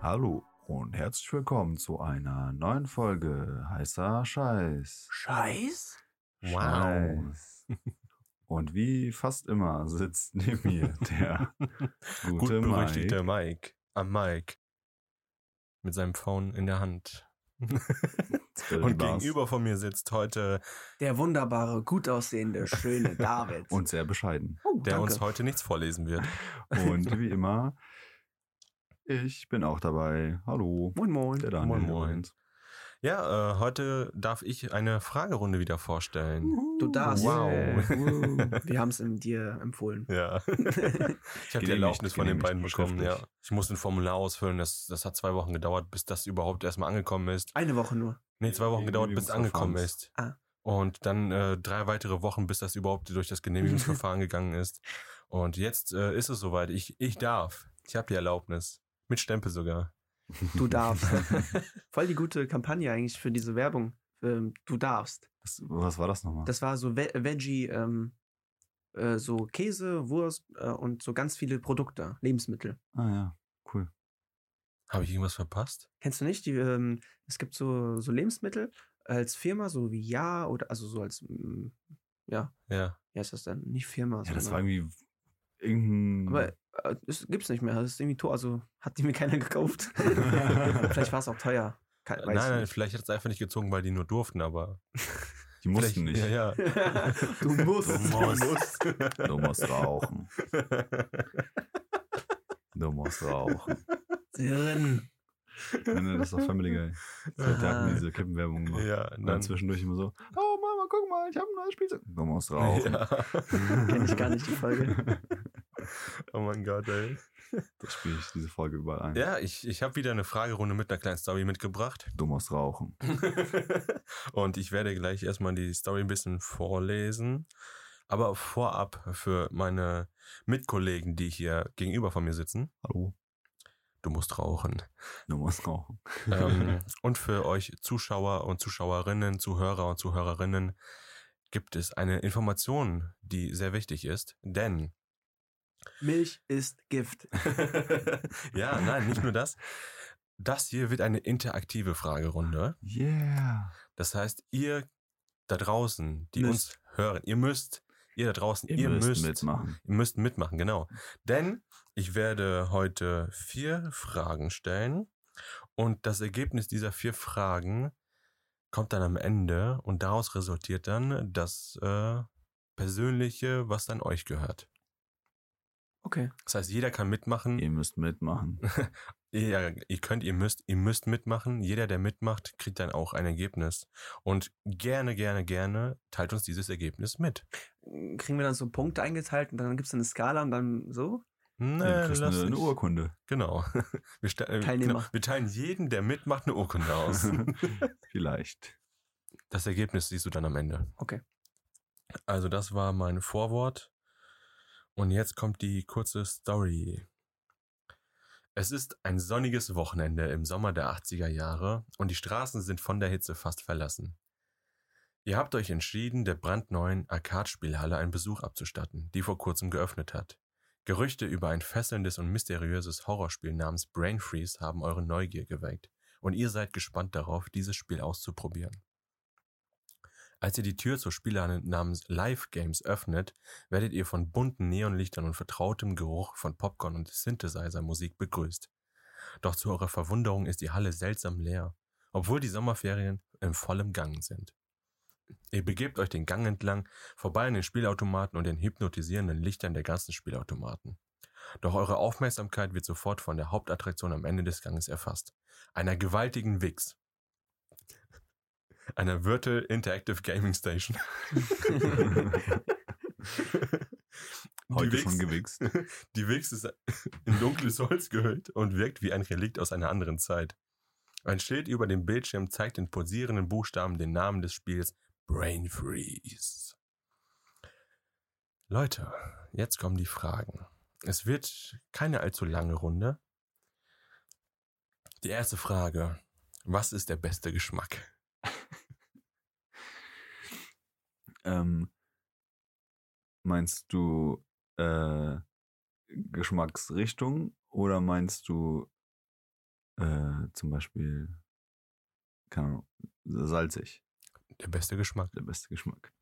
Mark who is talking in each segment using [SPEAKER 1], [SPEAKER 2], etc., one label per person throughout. [SPEAKER 1] Hallo und herzlich willkommen zu einer neuen Folge heißer Scheiß.
[SPEAKER 2] Scheiß?
[SPEAKER 1] Wow. Scheiß. Und wie fast immer sitzt neben mir der
[SPEAKER 2] Gut
[SPEAKER 1] gute Mike.
[SPEAKER 2] berüchtigter Mike. Am Mike. Mit seinem Phone in der Hand.
[SPEAKER 1] Jetzt will
[SPEAKER 2] Und
[SPEAKER 1] war's.
[SPEAKER 2] gegenüber von mir sitzt heute,
[SPEAKER 3] Der wunderbare, gut aussehende, schöne David.
[SPEAKER 1] Und sehr bescheiden.
[SPEAKER 3] oh,
[SPEAKER 2] der
[SPEAKER 3] danke.
[SPEAKER 2] uns heute nichts vorlesen wird.
[SPEAKER 1] Und wie immer, ich bin auch dabei. Hallo.
[SPEAKER 3] Moin Moin.
[SPEAKER 1] Der Daniel.
[SPEAKER 2] Moin, moin.
[SPEAKER 1] übrigens.
[SPEAKER 2] Ja, äh, heute darf ich eine Fragerunde wieder vorstellen.
[SPEAKER 3] Du darfst.
[SPEAKER 2] Wow.
[SPEAKER 1] Yeah.
[SPEAKER 3] Wir haben es dir empfohlen.
[SPEAKER 2] Ja. Ich habe die Erlaubnis
[SPEAKER 1] Genehmigt,
[SPEAKER 2] von den beiden
[SPEAKER 1] genehmigt,
[SPEAKER 2] bekommen, ja.
[SPEAKER 1] schriftlich.
[SPEAKER 2] Ich muss ein Formular ausfüllen, das, das hat zwei Wochen gedauert, bis das überhaupt erstmal angekommen ist.
[SPEAKER 3] Eine Woche nur.
[SPEAKER 2] Nee, zwei Wochen gedauert, bis es angekommen ist.
[SPEAKER 3] Ah.
[SPEAKER 2] Und dann äh, drei weitere Wochen, bis das überhaupt durch das Genehmigungsverfahren gegangen ist. Und jetzt äh, ist es soweit. Ich, ich darf. Ich habe die Erlaubnis. Mit Stempel sogar.
[SPEAKER 3] Du darfst. Voll die gute Kampagne eigentlich für diese Werbung. Ähm, du darfst.
[SPEAKER 1] Das, was war das nochmal?
[SPEAKER 3] Das war so Ve Veggie, ähm, äh, so Käse, Wurst äh, und so ganz viele Produkte, Lebensmittel.
[SPEAKER 1] ah ja, cool.
[SPEAKER 2] Habe ich irgendwas verpasst?
[SPEAKER 3] Kennst du nicht? Die, ähm, es gibt so, so Lebensmittel als Firma, so wie Ja oder also so als, mm, ja,
[SPEAKER 2] Ja.
[SPEAKER 3] wie heißt das denn? Nicht Firma,
[SPEAKER 1] Ja, das
[SPEAKER 3] sondern-
[SPEAKER 1] war irgendwie irgendein.
[SPEAKER 3] Aber äh, es gibt's nicht mehr. Das ist irgendwie tot. Also hat die mir keiner gekauft. Vielleicht war es auch teuer. Kann,
[SPEAKER 2] Äh,
[SPEAKER 3] weiß
[SPEAKER 2] Nein, nein,
[SPEAKER 3] ich
[SPEAKER 2] vielleicht hat es einfach nicht gezogen, weil die nur durften, aber.
[SPEAKER 1] die mussten
[SPEAKER 2] vielleicht-
[SPEAKER 1] nicht.
[SPEAKER 2] Ja, ja.
[SPEAKER 3] nicht. du musst.
[SPEAKER 2] Du musst.
[SPEAKER 1] Du musst rauchen. Du musst rauchen.
[SPEAKER 3] Drin.
[SPEAKER 1] Nein, nein, das war Family Guy. Da hatten die diese Kippenwerbung gemacht.
[SPEAKER 2] Ah. ja,
[SPEAKER 1] Und dann
[SPEAKER 2] dann.
[SPEAKER 1] zwischendurch immer so: Oh Mama, guck mal, ich habe ein neues Spielzeug. Du musst rauchen.
[SPEAKER 2] Ja.
[SPEAKER 3] Kenn ich gar nicht die Folge.
[SPEAKER 2] Oh mein Gott, ey.
[SPEAKER 1] Das spiele ich diese Folge überall ein.
[SPEAKER 2] Ja, ich, ich habe wieder eine Fragerunde mit einer kleinen Story mitgebracht.
[SPEAKER 1] Du musst rauchen.
[SPEAKER 2] Und ich werde gleich erstmal die Story ein bisschen vorlesen. Aber vorab für meine Mitkollegen, die hier gegenüber von mir sitzen.
[SPEAKER 1] Hallo.
[SPEAKER 2] Du musst rauchen.
[SPEAKER 1] Du musst rauchen.
[SPEAKER 2] ähm, und für euch Zuschauer und Zuschauerinnen, Zuhörer und Zuhörerinnen gibt es eine Information, die sehr wichtig ist. Denn
[SPEAKER 3] Milch ist Gift.
[SPEAKER 2] ja, nein, nicht nur das. Das hier wird eine interaktive Fragerunde.
[SPEAKER 1] Yeah.
[SPEAKER 2] Das heißt, ihr da draußen, die
[SPEAKER 3] Müsst.
[SPEAKER 2] uns hören, ihr müsst, ihr da draußen, ihr, müsst,
[SPEAKER 1] mitmachen.
[SPEAKER 2] Ihr müsst mitmachen, genau. Denn ich werde heute vier Fragen stellen und das Ergebnis dieser vier Fragen kommt dann am Ende und daraus resultiert dann das äh, Persönliche, was dann euch gehört.
[SPEAKER 3] Okay.
[SPEAKER 2] Das heißt, jeder kann mitmachen.
[SPEAKER 1] Ihr müsst mitmachen.
[SPEAKER 2] Ja, ihr könnt, ihr müsst, ihr müsst mitmachen. Jeder, der mitmacht, kriegt dann auch ein Ergebnis. Und gerne, gerne, gerne teilt uns dieses Ergebnis mit.
[SPEAKER 3] Kriegen wir dann so Punkte eingeteilt und dann gibt's eine Skala und dann so?
[SPEAKER 2] Nee,
[SPEAKER 1] Ihr kriegt eine, eine
[SPEAKER 2] nicht.
[SPEAKER 1] Urkunde.
[SPEAKER 2] Genau. Wir, ste- äh,
[SPEAKER 3] Teilnehmer.
[SPEAKER 2] genau. Wir teilen jeden, der mitmacht, eine Urkunde aus.
[SPEAKER 1] Vielleicht.
[SPEAKER 2] das Ergebnis siehst du dann am Ende.
[SPEAKER 3] Okay.
[SPEAKER 2] Also, das war mein Vorwort. Und jetzt kommt die kurze Story. Es ist ein sonniges Wochenende im Sommer der 80er Jahre und die Straßen sind von der Hitze fast verlassen. Ihr habt euch entschieden, der brandneuen Arcade-Spielhalle einen Besuch abzustatten, die vor kurzem geöffnet hat. Gerüchte über ein fesselndes und mysteriöses Horrorspiel namens Brain Freeze haben eure Neugier geweckt und ihr seid gespannt darauf, dieses Spiel auszuprobieren. Als ihr die Tür zur Spielhalle namens Live Games öffnet, werdet ihr von bunten Neonlichtern und vertrautem Geruch von Popcorn und Synthesizer-Musik begrüßt. Doch zu eurer Verwunderung ist die Halle seltsam leer, obwohl die Sommerferien in vollem Gang sind. Ihr begebt euch den Gang entlang, vorbei an den Spielautomaten und den hypnotisierenden Lichtern der ganzen Spielautomaten. Doch eure Aufmerksamkeit wird sofort von der Hauptattraktion am Ende des Ganges erfasst. Einer gewaltigen Wix. Einer Virtual Interactive Gaming Station. Die
[SPEAKER 1] Heute
[SPEAKER 2] Wix-
[SPEAKER 1] schon gewichst.
[SPEAKER 2] die Wix ist in dunkles Holz gehüllt und wirkt wie ein Relikt aus einer anderen Zeit. Ein Schild über dem Bildschirm zeigt in pulsierenden Buchstaben den Namen des Spiels Brain Freeze. Leute, jetzt kommen die Fragen. Es wird keine allzu lange Runde. Die erste Frage. Was ist der beste Geschmack?
[SPEAKER 1] Ähm, meinst du äh, Geschmacksrichtung oder meinst du Äh, zum Beispiel, keine Ahnung, salzig,
[SPEAKER 2] Der beste Geschmack.
[SPEAKER 1] der beste Geschmack.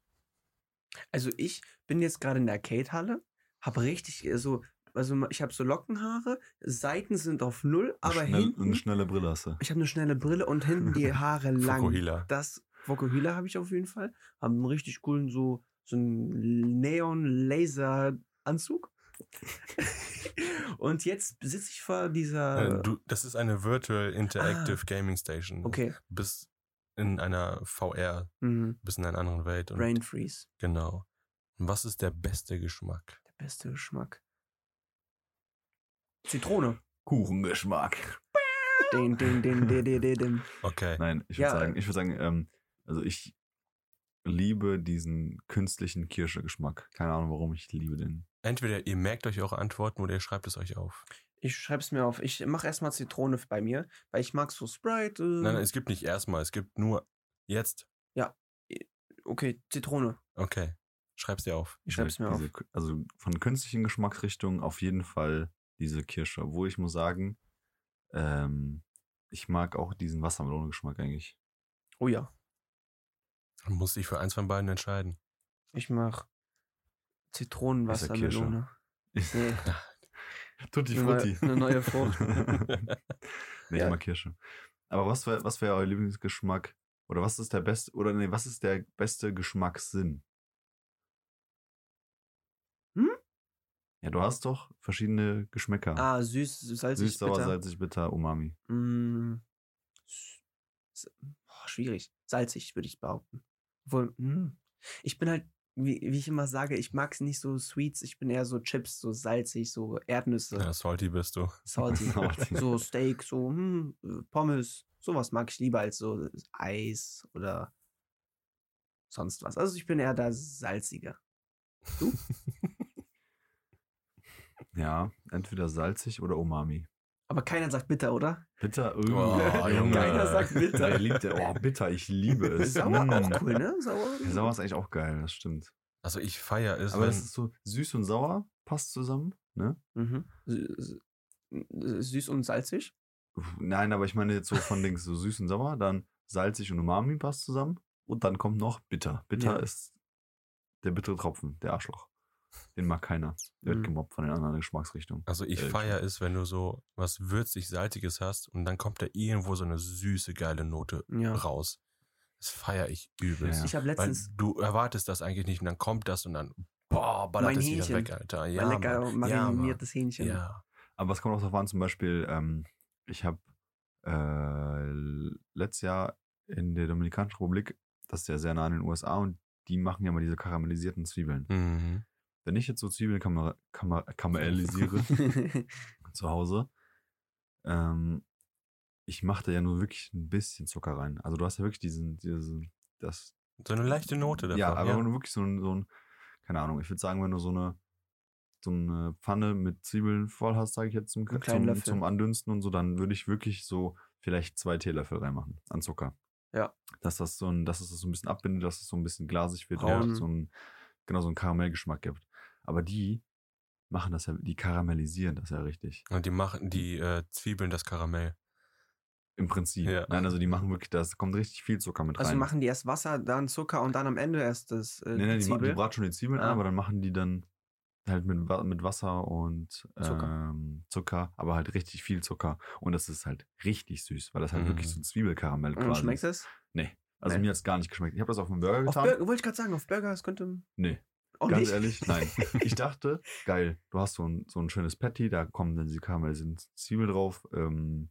[SPEAKER 3] Also ich bin jetzt gerade in der Arcade-Halle, habe richtig äh, so, also ich habe so Lockenhaare, Seiten sind auf null, aber
[SPEAKER 1] schnell,
[SPEAKER 3] hinten,
[SPEAKER 1] Eine schnelle Brille hast du.
[SPEAKER 3] ich habe eine schnelle Brille und hinten die Haare lang.
[SPEAKER 2] Fukuhila.
[SPEAKER 3] Das Vokuhila habe ich auf jeden Fall. Haben einen richtig coolen so, so einen Neon-Laser-Anzug. und jetzt sitze ich vor dieser...
[SPEAKER 2] Äh, Du, das ist eine Virtual Interactive Gaming Station.
[SPEAKER 3] Ah. okay.
[SPEAKER 2] Bist in einer VR,
[SPEAKER 3] Mhm.
[SPEAKER 2] bist in einer anderen Welt. Und
[SPEAKER 3] Brain Freeze.
[SPEAKER 2] Genau. Und was ist der beste Geschmack?
[SPEAKER 3] Der beste Geschmack. Zitrone.
[SPEAKER 1] Kuchengeschmack.
[SPEAKER 3] Den, den, den, den, den, den, den.
[SPEAKER 2] Okay.
[SPEAKER 1] Nein, ich würde
[SPEAKER 3] Ja. äh
[SPEAKER 1] sagen, ich würde sagen, ähm, also ich liebe diesen künstlichen Kirschegeschmack. Keine Ahnung, warum ich liebe den.
[SPEAKER 2] Entweder ihr merkt euch eure Antworten oder ihr schreibt es euch auf.
[SPEAKER 1] Mhm.
[SPEAKER 3] Ich schreibe es mir auf. Ich mache erstmal Zitrone bei mir, weil ich mag so Sprite. Äh,
[SPEAKER 2] Nein, nein, es gibt nicht erstmal, es gibt nur jetzt.
[SPEAKER 3] okay, Zitrone.
[SPEAKER 2] Okay. Schreib's dir auf.
[SPEAKER 3] Ich schreib's mir auf.
[SPEAKER 1] diese, Also von künstlichen Geschmacksrichtungen auf jeden Fall diese Kirsche. Obwohl ich muss sagen, ähm, ich mag auch diesen Wassermelonengeschmack eigentlich.
[SPEAKER 3] Oh ja,
[SPEAKER 2] Man muss sich für eins von beiden entscheiden.
[SPEAKER 3] ich mach
[SPEAKER 1] Wassermelone.
[SPEAKER 3] Zitronenwassermelone. Nee,
[SPEAKER 1] Tutti
[SPEAKER 3] Eine neue- eine neue Frucht.
[SPEAKER 1] nee,
[SPEAKER 3] Ja.
[SPEAKER 1] immer Kirsche. Aber was wäre was wär euer Lieblingsgeschmack? Oder was ist der beste, oder nee, was ist der beste Geschmackssinn?
[SPEAKER 3] Hm?
[SPEAKER 1] Ja, du hast doch verschiedene Geschmäcker.
[SPEAKER 3] ah, süß, salzig,
[SPEAKER 1] Süß, sauer,
[SPEAKER 3] bitter.
[SPEAKER 1] salzig, bitter, Umami.
[SPEAKER 3] Mm, s- s- boah, schwierig. Salzig, würde ich behaupten. Obwohl, mm, ich bin halt, wie, wie ich immer sage, ich mag es nicht so Sweets, ich bin eher so Chips, so salzig, so Erdnüsse,
[SPEAKER 2] Ja, salty bist du.
[SPEAKER 3] salty,
[SPEAKER 1] Salty.
[SPEAKER 3] so Steak, so mm, äh, Pommes, sowas mag ich lieber als so Eis oder sonst was. Also ich bin eher der Salzige.
[SPEAKER 1] Ja, entweder salzig oder Umami.
[SPEAKER 3] Aber keiner sagt bitter, uh. oder?
[SPEAKER 1] Bitter irgendwie.
[SPEAKER 2] Oh,
[SPEAKER 1] Äh.
[SPEAKER 2] Junge.
[SPEAKER 3] Keiner sagt bitter.
[SPEAKER 1] Wer liebt der? Oh, bitter, ich liebe es.
[SPEAKER 3] Sauer
[SPEAKER 1] Mm.
[SPEAKER 3] auch cool, ne? Sauer.
[SPEAKER 1] Ja, sauer ist eigentlich auch geil, das stimmt.
[SPEAKER 2] Also ich feier es,
[SPEAKER 1] Aber
[SPEAKER 2] wenn,
[SPEAKER 1] das ist so süß und sauer, passt zusammen, ne?
[SPEAKER 3] Mhm. Sü- sü- Süß und salzig.
[SPEAKER 1] Uff, Nein, aber ich meine jetzt so von links, so süß und sauer, dann salzig und Umami passt zusammen und dann kommt noch bitter. Bitter
[SPEAKER 3] Ja.
[SPEAKER 1] ist der bittere Tropfen, der Arschloch. Den mag keiner. Der
[SPEAKER 3] Mhm.
[SPEAKER 1] wird gemobbt von den anderen Geschmacksrichtungen.
[SPEAKER 2] also ich
[SPEAKER 1] Äh,
[SPEAKER 2] feier es, wenn du so was würzig-saltiges hast und dann kommt da irgendwo so eine süße, geile Note
[SPEAKER 3] Ja.
[SPEAKER 2] raus. Das feier ich übelst.
[SPEAKER 1] Ja.
[SPEAKER 3] Ich habe
[SPEAKER 2] Weil
[SPEAKER 3] letztens
[SPEAKER 2] du erwartest das eigentlich nicht und dann kommt das und dann boah, ballert
[SPEAKER 3] Mein
[SPEAKER 2] es wieder
[SPEAKER 3] Hähnchen.
[SPEAKER 2] weg, Alter.
[SPEAKER 3] ja,
[SPEAKER 2] Ja,
[SPEAKER 3] lecker
[SPEAKER 2] Mann. Ja, Mann.
[SPEAKER 3] mariniertes Hähnchen.
[SPEAKER 2] ja.
[SPEAKER 1] Aber es kommt auch darauf an, zum Beispiel, ähm, ich habe äh, letztes Jahr in der Dominikanischen Republik, das ist ja sehr nah an den USA, und die machen ja mal diese karamellisierten Zwiebeln.
[SPEAKER 2] Mhm.
[SPEAKER 1] Wenn ich jetzt so Zwiebeln kamer kamer karamellisiere
[SPEAKER 3] Also,
[SPEAKER 1] zu Hause, ähm, ich mache da ja nur wirklich ein bisschen Zucker rein. Also du hast ja wirklich diesen, diesen das,
[SPEAKER 2] So eine leichte Note davon.
[SPEAKER 1] ja, aber wenn du wirklich so ein, so ein, keine Ahnung, ich würde sagen, wenn du so eine, so eine Pfanne mit Zwiebeln voll hast, sage ich jetzt zum,
[SPEAKER 3] Einen kleinen
[SPEAKER 1] zum,
[SPEAKER 3] Löffel.
[SPEAKER 1] zum Andünsten und so, dann würde ich wirklich so vielleicht zwei Teelöffel reinmachen an Zucker.
[SPEAKER 3] Ja.
[SPEAKER 1] Dass das so ein, dass es das so ein bisschen abbindet, dass es so ein bisschen glasig wird,
[SPEAKER 3] Braun.
[SPEAKER 1] und so ein, genau so einen Karamellgeschmack gibt. Aber die machen das ja, die karamellisieren das ja richtig.
[SPEAKER 2] Und die machen die äh, Zwiebeln das Karamell.
[SPEAKER 1] Im Prinzip.
[SPEAKER 2] Ja.
[SPEAKER 1] Nein, also die machen wirklich, da kommt richtig viel Zucker mit
[SPEAKER 3] also
[SPEAKER 1] rein.
[SPEAKER 3] machen die erst Wasser, dann Zucker und dann am Ende erst das äh,
[SPEAKER 1] Nee, nee, Ne, die, ma- die
[SPEAKER 3] Zwiebel.
[SPEAKER 1] braten schon die Zwiebeln an,
[SPEAKER 3] Ah.
[SPEAKER 1] aber dann machen die dann halt mit, Wa- mit Wasser und
[SPEAKER 3] Zucker.
[SPEAKER 1] Ähm, Zucker, aber halt richtig viel Zucker. Und das ist halt richtig süß, weil das halt
[SPEAKER 2] Mm.
[SPEAKER 1] wirklich so Zwiebelkaramell
[SPEAKER 3] und dann
[SPEAKER 1] quasi
[SPEAKER 3] schmeckt
[SPEAKER 1] ist.
[SPEAKER 3] es?
[SPEAKER 1] Nee, also
[SPEAKER 3] Nee.
[SPEAKER 1] mir hat es gar nicht geschmeckt. Ich habe das auf dem Burger
[SPEAKER 3] Auf
[SPEAKER 1] getan.
[SPEAKER 3] Burger, wollte ich gerade sagen, auf Burger, es könnte.
[SPEAKER 1] Nee,
[SPEAKER 3] Auch
[SPEAKER 1] ganz
[SPEAKER 3] nicht.
[SPEAKER 1] ehrlich, nein. Ich dachte, geil, du hast so ein, so ein schönes Patty, da kommen dann diese karamellisierten Zwiebeln drauf, ähm,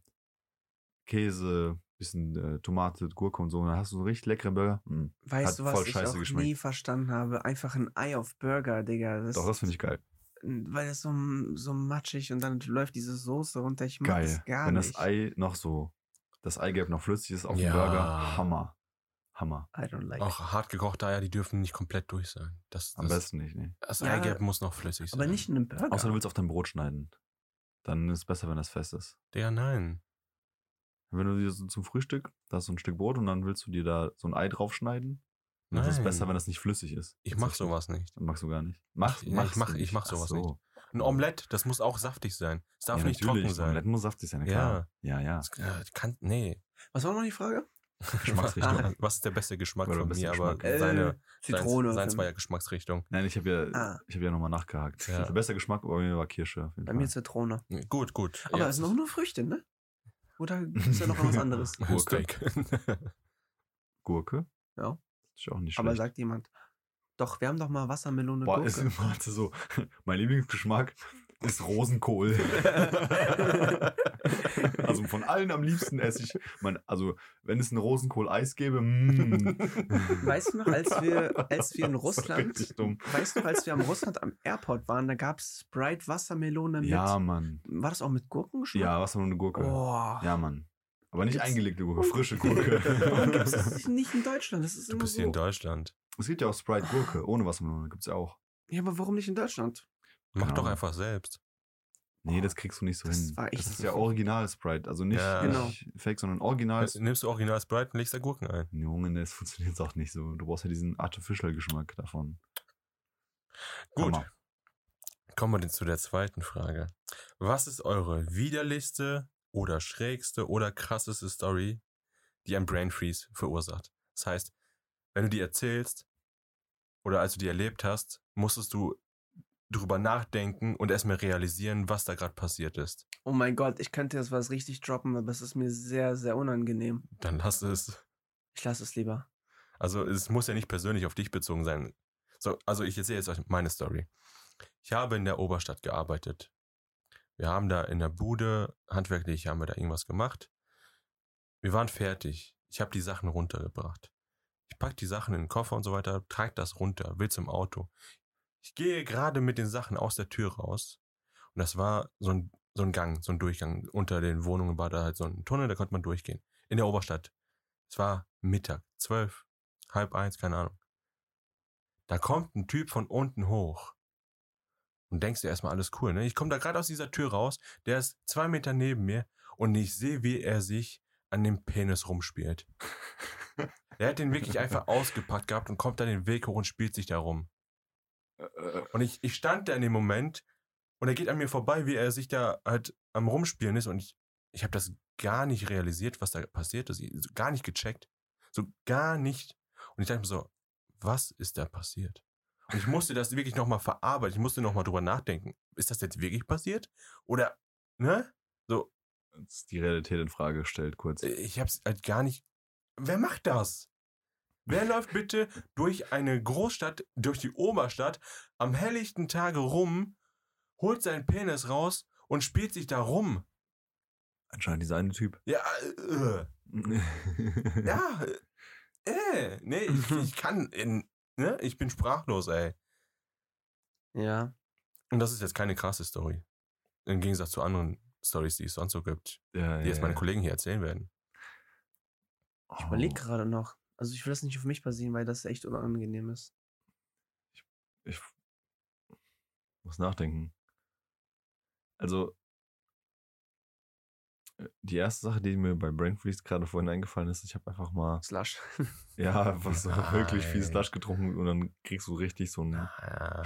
[SPEAKER 1] Käse, bisschen äh, Tomate, Gurke und so. Und dann hast du so einen richtig leckeren Burger. Mm.
[SPEAKER 3] Weißt
[SPEAKER 1] Hat
[SPEAKER 3] du, was
[SPEAKER 1] voll
[SPEAKER 3] ich
[SPEAKER 1] scheiße
[SPEAKER 3] auch
[SPEAKER 1] geschmeckt.
[SPEAKER 3] nie verstanden habe? Einfach ein Ei auf Burger, Digga. Das,
[SPEAKER 1] Doch, das finde ich geil.
[SPEAKER 3] Weil das so, so matschig und dann läuft diese Soße runter. Ich mag
[SPEAKER 1] Geil.
[SPEAKER 3] das gar
[SPEAKER 1] Wenn
[SPEAKER 3] nicht.
[SPEAKER 1] das Ei noch so, das Eigelb noch flüssig ist auf dem
[SPEAKER 2] Ja.
[SPEAKER 1] Burger, Hammer. Hammer.
[SPEAKER 3] I don't like
[SPEAKER 2] Auch hart gekochte Eier, die dürfen nicht komplett durch sein. Das,
[SPEAKER 1] Am
[SPEAKER 2] das,
[SPEAKER 1] besten nicht, ne?
[SPEAKER 2] das
[SPEAKER 3] Ja,
[SPEAKER 2] Eigelb muss noch flüssig sein.
[SPEAKER 3] Aber nicht in einem Burger.
[SPEAKER 1] Außer du willst auf dein Brot schneiden. Dann ist es besser, wenn das fest ist.
[SPEAKER 2] Ja, nein.
[SPEAKER 1] Wenn du dir so zum Frühstück, da ist so ein Stück Brot und dann willst du dir da so ein Ei draufschneiden. Dann ist es
[SPEAKER 2] Nein.
[SPEAKER 1] besser, wenn das nicht flüssig ist.
[SPEAKER 2] Ich mach sowas nicht.
[SPEAKER 1] Dann magst du gar nicht. Mach,
[SPEAKER 2] Ich- ich
[SPEAKER 1] machst du
[SPEAKER 2] mach- ich
[SPEAKER 1] nicht.
[SPEAKER 2] mach
[SPEAKER 1] Ach
[SPEAKER 2] sowas
[SPEAKER 1] so.
[SPEAKER 2] Ein Omelett, das muss auch saftig sein. Es darf nicht trocken sein.
[SPEAKER 1] Omelette muss saftig sein,
[SPEAKER 2] Ja.
[SPEAKER 1] klar. Ja, ja.
[SPEAKER 2] Das, äh, kann, nee.
[SPEAKER 3] Was war noch die Frage?
[SPEAKER 1] Geschmacksrichtung.
[SPEAKER 2] Was ist der beste Geschmack
[SPEAKER 1] Oder
[SPEAKER 2] von
[SPEAKER 1] beste
[SPEAKER 2] mir?
[SPEAKER 1] Geschmack.
[SPEAKER 2] Aber
[SPEAKER 1] Äh,
[SPEAKER 2] seine,
[SPEAKER 3] Zitrone.
[SPEAKER 2] Seins, seins war ja
[SPEAKER 3] bei,
[SPEAKER 2] Geschmacksrichtung.
[SPEAKER 1] Nein, ich habe ja,
[SPEAKER 3] Ah.
[SPEAKER 1] ich hab ja nochmal nachgehakt.
[SPEAKER 2] Ja.
[SPEAKER 1] Der beste Geschmack bei mir war Kirsche. Auf jeden
[SPEAKER 3] bei
[SPEAKER 1] Fall.
[SPEAKER 3] mir Zitrone.
[SPEAKER 2] Gut, gut.
[SPEAKER 3] Aber es sind auch nur Früchte, ne? Oder ist ja noch was anderes?
[SPEAKER 1] Gurke.
[SPEAKER 2] Steak.
[SPEAKER 1] Gurke.
[SPEAKER 3] Ja.
[SPEAKER 1] Das ist auch nicht schlecht.
[SPEAKER 3] Aber sagt jemand, doch, wir haben doch mal Wassermelone
[SPEAKER 1] Boah,
[SPEAKER 3] Gurke.
[SPEAKER 1] ist, warte, so. Mein Lieblingsgeschmack ist Rosenkohl. also von allen am liebsten esse ich, mein, also wenn es ein Rosenkohl-Eis gäbe, mm.
[SPEAKER 3] Weißt du noch, als wir, als wir in
[SPEAKER 1] Das war
[SPEAKER 3] Russland,
[SPEAKER 1] richtig dumm.
[SPEAKER 3] weißt du noch, als wir am Russland am Airport waren, da gab es Sprite Wassermelone mit,
[SPEAKER 1] Ja, Mann.
[SPEAKER 3] war das auch mit Gurkengeschmack?
[SPEAKER 1] Ja, was für eine Gurke.
[SPEAKER 3] Boah.
[SPEAKER 1] Ja, Mann. Aber nicht
[SPEAKER 3] Oh. Gibt's-
[SPEAKER 1] eingelegte Gurke, frische
[SPEAKER 3] Warum gibt es
[SPEAKER 1] Gurke.
[SPEAKER 3] das nicht in Deutschland? Das ist
[SPEAKER 2] Du
[SPEAKER 3] immer
[SPEAKER 2] bist hier in
[SPEAKER 3] so.
[SPEAKER 2] Deutschland.
[SPEAKER 1] es gibt ja auch Sprite-Gurke, ohne Wassermelone, gibt's ja auch.
[SPEAKER 3] Ja, aber warum nicht in Deutschland?
[SPEAKER 2] Mach
[SPEAKER 1] Genau.
[SPEAKER 2] doch einfach selbst.
[SPEAKER 1] Nee, das kriegst du nicht so
[SPEAKER 3] Das
[SPEAKER 1] hin.
[SPEAKER 3] war echt-
[SPEAKER 1] das ist ja Original-Sprite, also nicht,
[SPEAKER 2] Ja.
[SPEAKER 3] Genau.
[SPEAKER 1] nicht Fake, sondern Original.
[SPEAKER 2] Nimmst du Original Sprite und legst da Gurken ein.
[SPEAKER 1] Junge, das funktioniert auch nicht so. Du brauchst ja diesen Artificial-Geschmack davon.
[SPEAKER 2] Gut.
[SPEAKER 1] Hammer.
[SPEAKER 2] Kommen wir denn zu der zweiten Frage. Was ist eure widerlichste oder schrägste oder krasseste Story, die ein Brain Freeze verursacht? Das heißt, wenn du die erzählst oder als du die erlebt hast, musstest du drüber nachdenken und erstmal realisieren, was da gerade passiert ist.
[SPEAKER 3] Oh mein Gott, ich könnte jetzt was richtig droppen, aber es ist mir sehr, sehr unangenehm.
[SPEAKER 2] Dann lass es.
[SPEAKER 3] Ich lasse es lieber.
[SPEAKER 2] Also es muss ja nicht persönlich auf dich bezogen sein. So, also ich erzähle jetzt euch meine Story. Ich habe in der Oberstadt gearbeitet. Wir haben da in der Bude, handwerklich haben wir da irgendwas gemacht. Wir waren fertig. Ich habe die Sachen runtergebracht. Ich pack die Sachen in den Koffer und so weiter, trage das runter, will zum Auto. Ich gehe gerade mit den Sachen aus der Tür raus. Und das war so ein, so ein Gang, so ein Durchgang. Unter den Wohnungen war da halt so ein Tunnel, da konnte man durchgehen. In der Oberstadt. Es war Mittag, zwölf, halb eins, keine Ahnung. Da kommt ein Typ von unten hoch. Und denkst dir erstmal alles cool, ne? Ich komme da gerade aus dieser Tür raus, der ist zwei Meter neben mir und ich sehe, wie er sich an dem Penis rumspielt. Er hat den wirklich einfach ausgepackt gehabt und kommt dann den Weg hoch und spielt sich da rum. Und ich, ich stand da in dem Moment und er geht an mir vorbei, wie er sich da halt am Rumspielen ist und ich, ich habe das gar nicht realisiert, was da passiert ist. Ich- so Gar nicht gecheckt. So gar nicht. Und ich dachte mir so, was ist da passiert? Und ich musste das wirklich nochmal verarbeiten. Ich musste nochmal drüber nachdenken. Ist das jetzt wirklich passiert? Oder, ne?
[SPEAKER 1] Jetzt die Realität in Frage gestellt, kurz.
[SPEAKER 2] Ich hab's halt gar nicht. Wer macht das? Wer läuft bitte durch eine Großstadt, durch die Oberstadt, am helllichten Tage rum, holt seinen Penis raus und spielt sich da rum?
[SPEAKER 1] Anscheinend dieser eine Typ.
[SPEAKER 2] Ja, äh,
[SPEAKER 1] ja.
[SPEAKER 2] ja, äh, äh, nee, ich, ich kann, äh, ne, ich bin sprachlos, ey.
[SPEAKER 3] Ja.
[SPEAKER 2] Und das ist jetzt keine krasse Story. Im Gegensatz zu anderen Stories, die es sonst so gibt,
[SPEAKER 1] Ja,
[SPEAKER 2] die jetzt meine Kollegen hier erzählen werden.
[SPEAKER 1] Ich
[SPEAKER 3] Ich überlege gerade noch. Also ich will das nicht auf mich basieren, weil das echt unangenehm ist.
[SPEAKER 1] Oh, Ich muss nachdenken. Also, äh, die erste Sache, die mir bei Brain Freeze gerade vorhin eingefallen ist, ich habe einfach mal,
[SPEAKER 3] Slush.
[SPEAKER 1] ja, was so wirklich viel
[SPEAKER 2] Nein. Ah.
[SPEAKER 1] Slush getrunken und dann kriegst du richtig so einen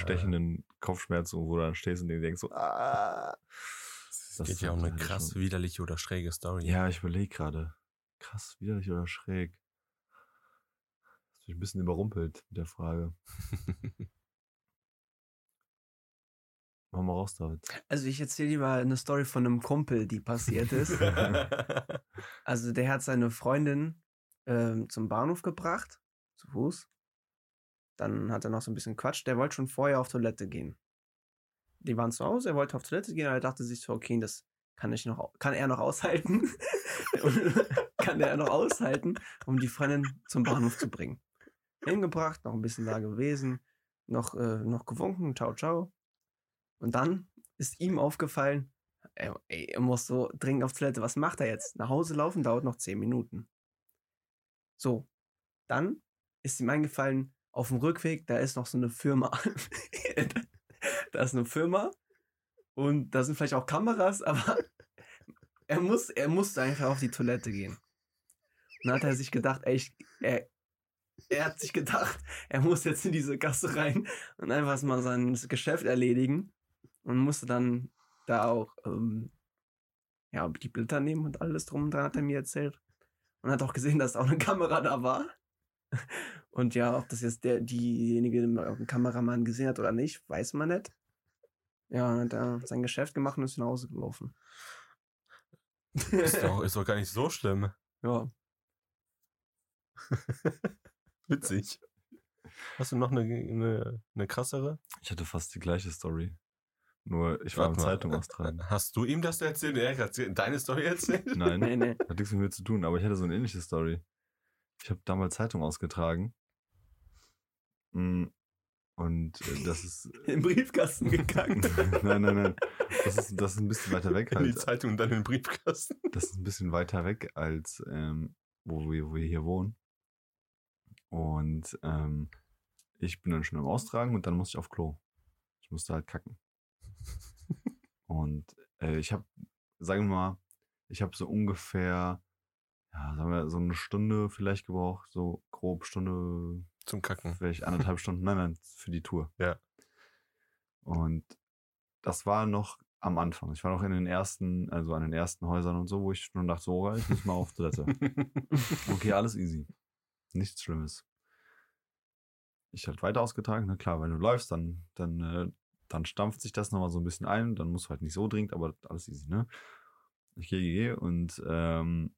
[SPEAKER 1] stechenden Kopfschmerz, wo du dann stehst und dir denkst so, ah. halt
[SPEAKER 2] Es geht ja um eine krass widerliche oder schräge Story.
[SPEAKER 1] Ja, ich überlege gerade. Krass, widerlich oder schräg? Hast mich ein bisschen überrumpelt mit der Frage. Mach mal raus, David.
[SPEAKER 3] Also ich erzähle lieber eine Story von einem Kumpel, die passiert ist. Also der hat seine Freundin ähm, zum Bahnhof gebracht, zu Fuß. Dann hat er noch so ein bisschen Quatsch. Der wollte schon vorher auf Toilette gehen. Die waren zu Hause, er wollte auf Toilette gehen, aber er dachte sich so, okay, das kann ich noch, au- kann er noch aushalten. Und kann er noch aushalten, um die Freundin zum Bahnhof zu bringen. Hingebracht, noch ein bisschen da gewesen, noch, äh, noch gewunken, ciao, ciao. Und dann ist ihm aufgefallen, er, äh, ey, er muss so dringend auf Toilette. Was macht er jetzt? Nach Hause laufen dauert noch 10 Minuten. So, dann ist ihm eingefallen, auf dem Rückweg, da ist noch so eine Firma. da ist eine Firma und da sind vielleicht auch Kameras, aber er muss, er muss einfach auf die Toilette gehen. Und dann hat er sich gedacht, ey, ich, er, er hat sich gedacht, er muss jetzt in diese Gasse rein und einfach mal sein Geschäft erledigen. und musste dann da auch ähm, ja, die Blätter nehmen und alles drum und dran,
[SPEAKER 1] Mhm.
[SPEAKER 3] hat er mir erzählt. Und hat auch gesehen, dass auch eine Kamera da war. Und ja, ob das jetzt der, diejenige, den Kameramann gesehen hat oder nicht, weiß man nicht. Ja, und hat er sein Geschäft gemacht und ist nach Hause gelaufen.
[SPEAKER 2] Ist doch, ist doch gar nicht so schlimm.
[SPEAKER 3] ja.
[SPEAKER 2] Witzig. Hast du noch eine, eine, eine krassere?
[SPEAKER 1] Ich hatte fast die gleiche Story. Nur ich war am
[SPEAKER 2] Warte mal.
[SPEAKER 1] Zeitung austragen.
[SPEAKER 2] Hast du ihm das erzählt? Er hat deine Story erzählt?
[SPEAKER 1] Nein,
[SPEAKER 3] Nee, nee.
[SPEAKER 1] hat nichts mit mir zu tun, aber ich hatte so eine ähnliche Story. Ich habe damals Zeitung ausgetragen. Mm, Und äh, das ist.
[SPEAKER 3] Im Briefkasten gegangen.
[SPEAKER 1] nein, nein, nein. Das ist, das ist ein bisschen weiter weg
[SPEAKER 2] In die
[SPEAKER 1] halt.
[SPEAKER 2] Zeitung und dann in den Briefkasten.
[SPEAKER 1] das ist ein bisschen weiter weg als ähm, wo, wir, wo wir hier wohnen. Und ähm, ich bin dann schon am Austragen und dann musste ich auf Klo. Ich musste halt kacken. und äh, ich habe, sagen wir mal, ich habe so ungefähr, ja, sagen wir, so eine Stunde vielleicht gebraucht, so grob Stunde,
[SPEAKER 2] Zum Kacken.
[SPEAKER 1] vielleicht anderthalb Stunden, nein, nein, für die Tour.
[SPEAKER 2] Hm. Ja.
[SPEAKER 1] Und das war noch am Anfang. Ich war noch in den ersten, also an den ersten Häusern und so, wo ich schon dachte, so, oh, ich muss mal auf Toilette. Okay, alles easy. Nichts Schlimmes. Ich halt weiter ausgetragen, na klar, wenn du läufst, dann, dann, äh, dann stampft sich das nochmal so ein bisschen ein, dann musst du halt nicht so dringend, aber alles easy, ne? Ich gehe, gehe und ähm,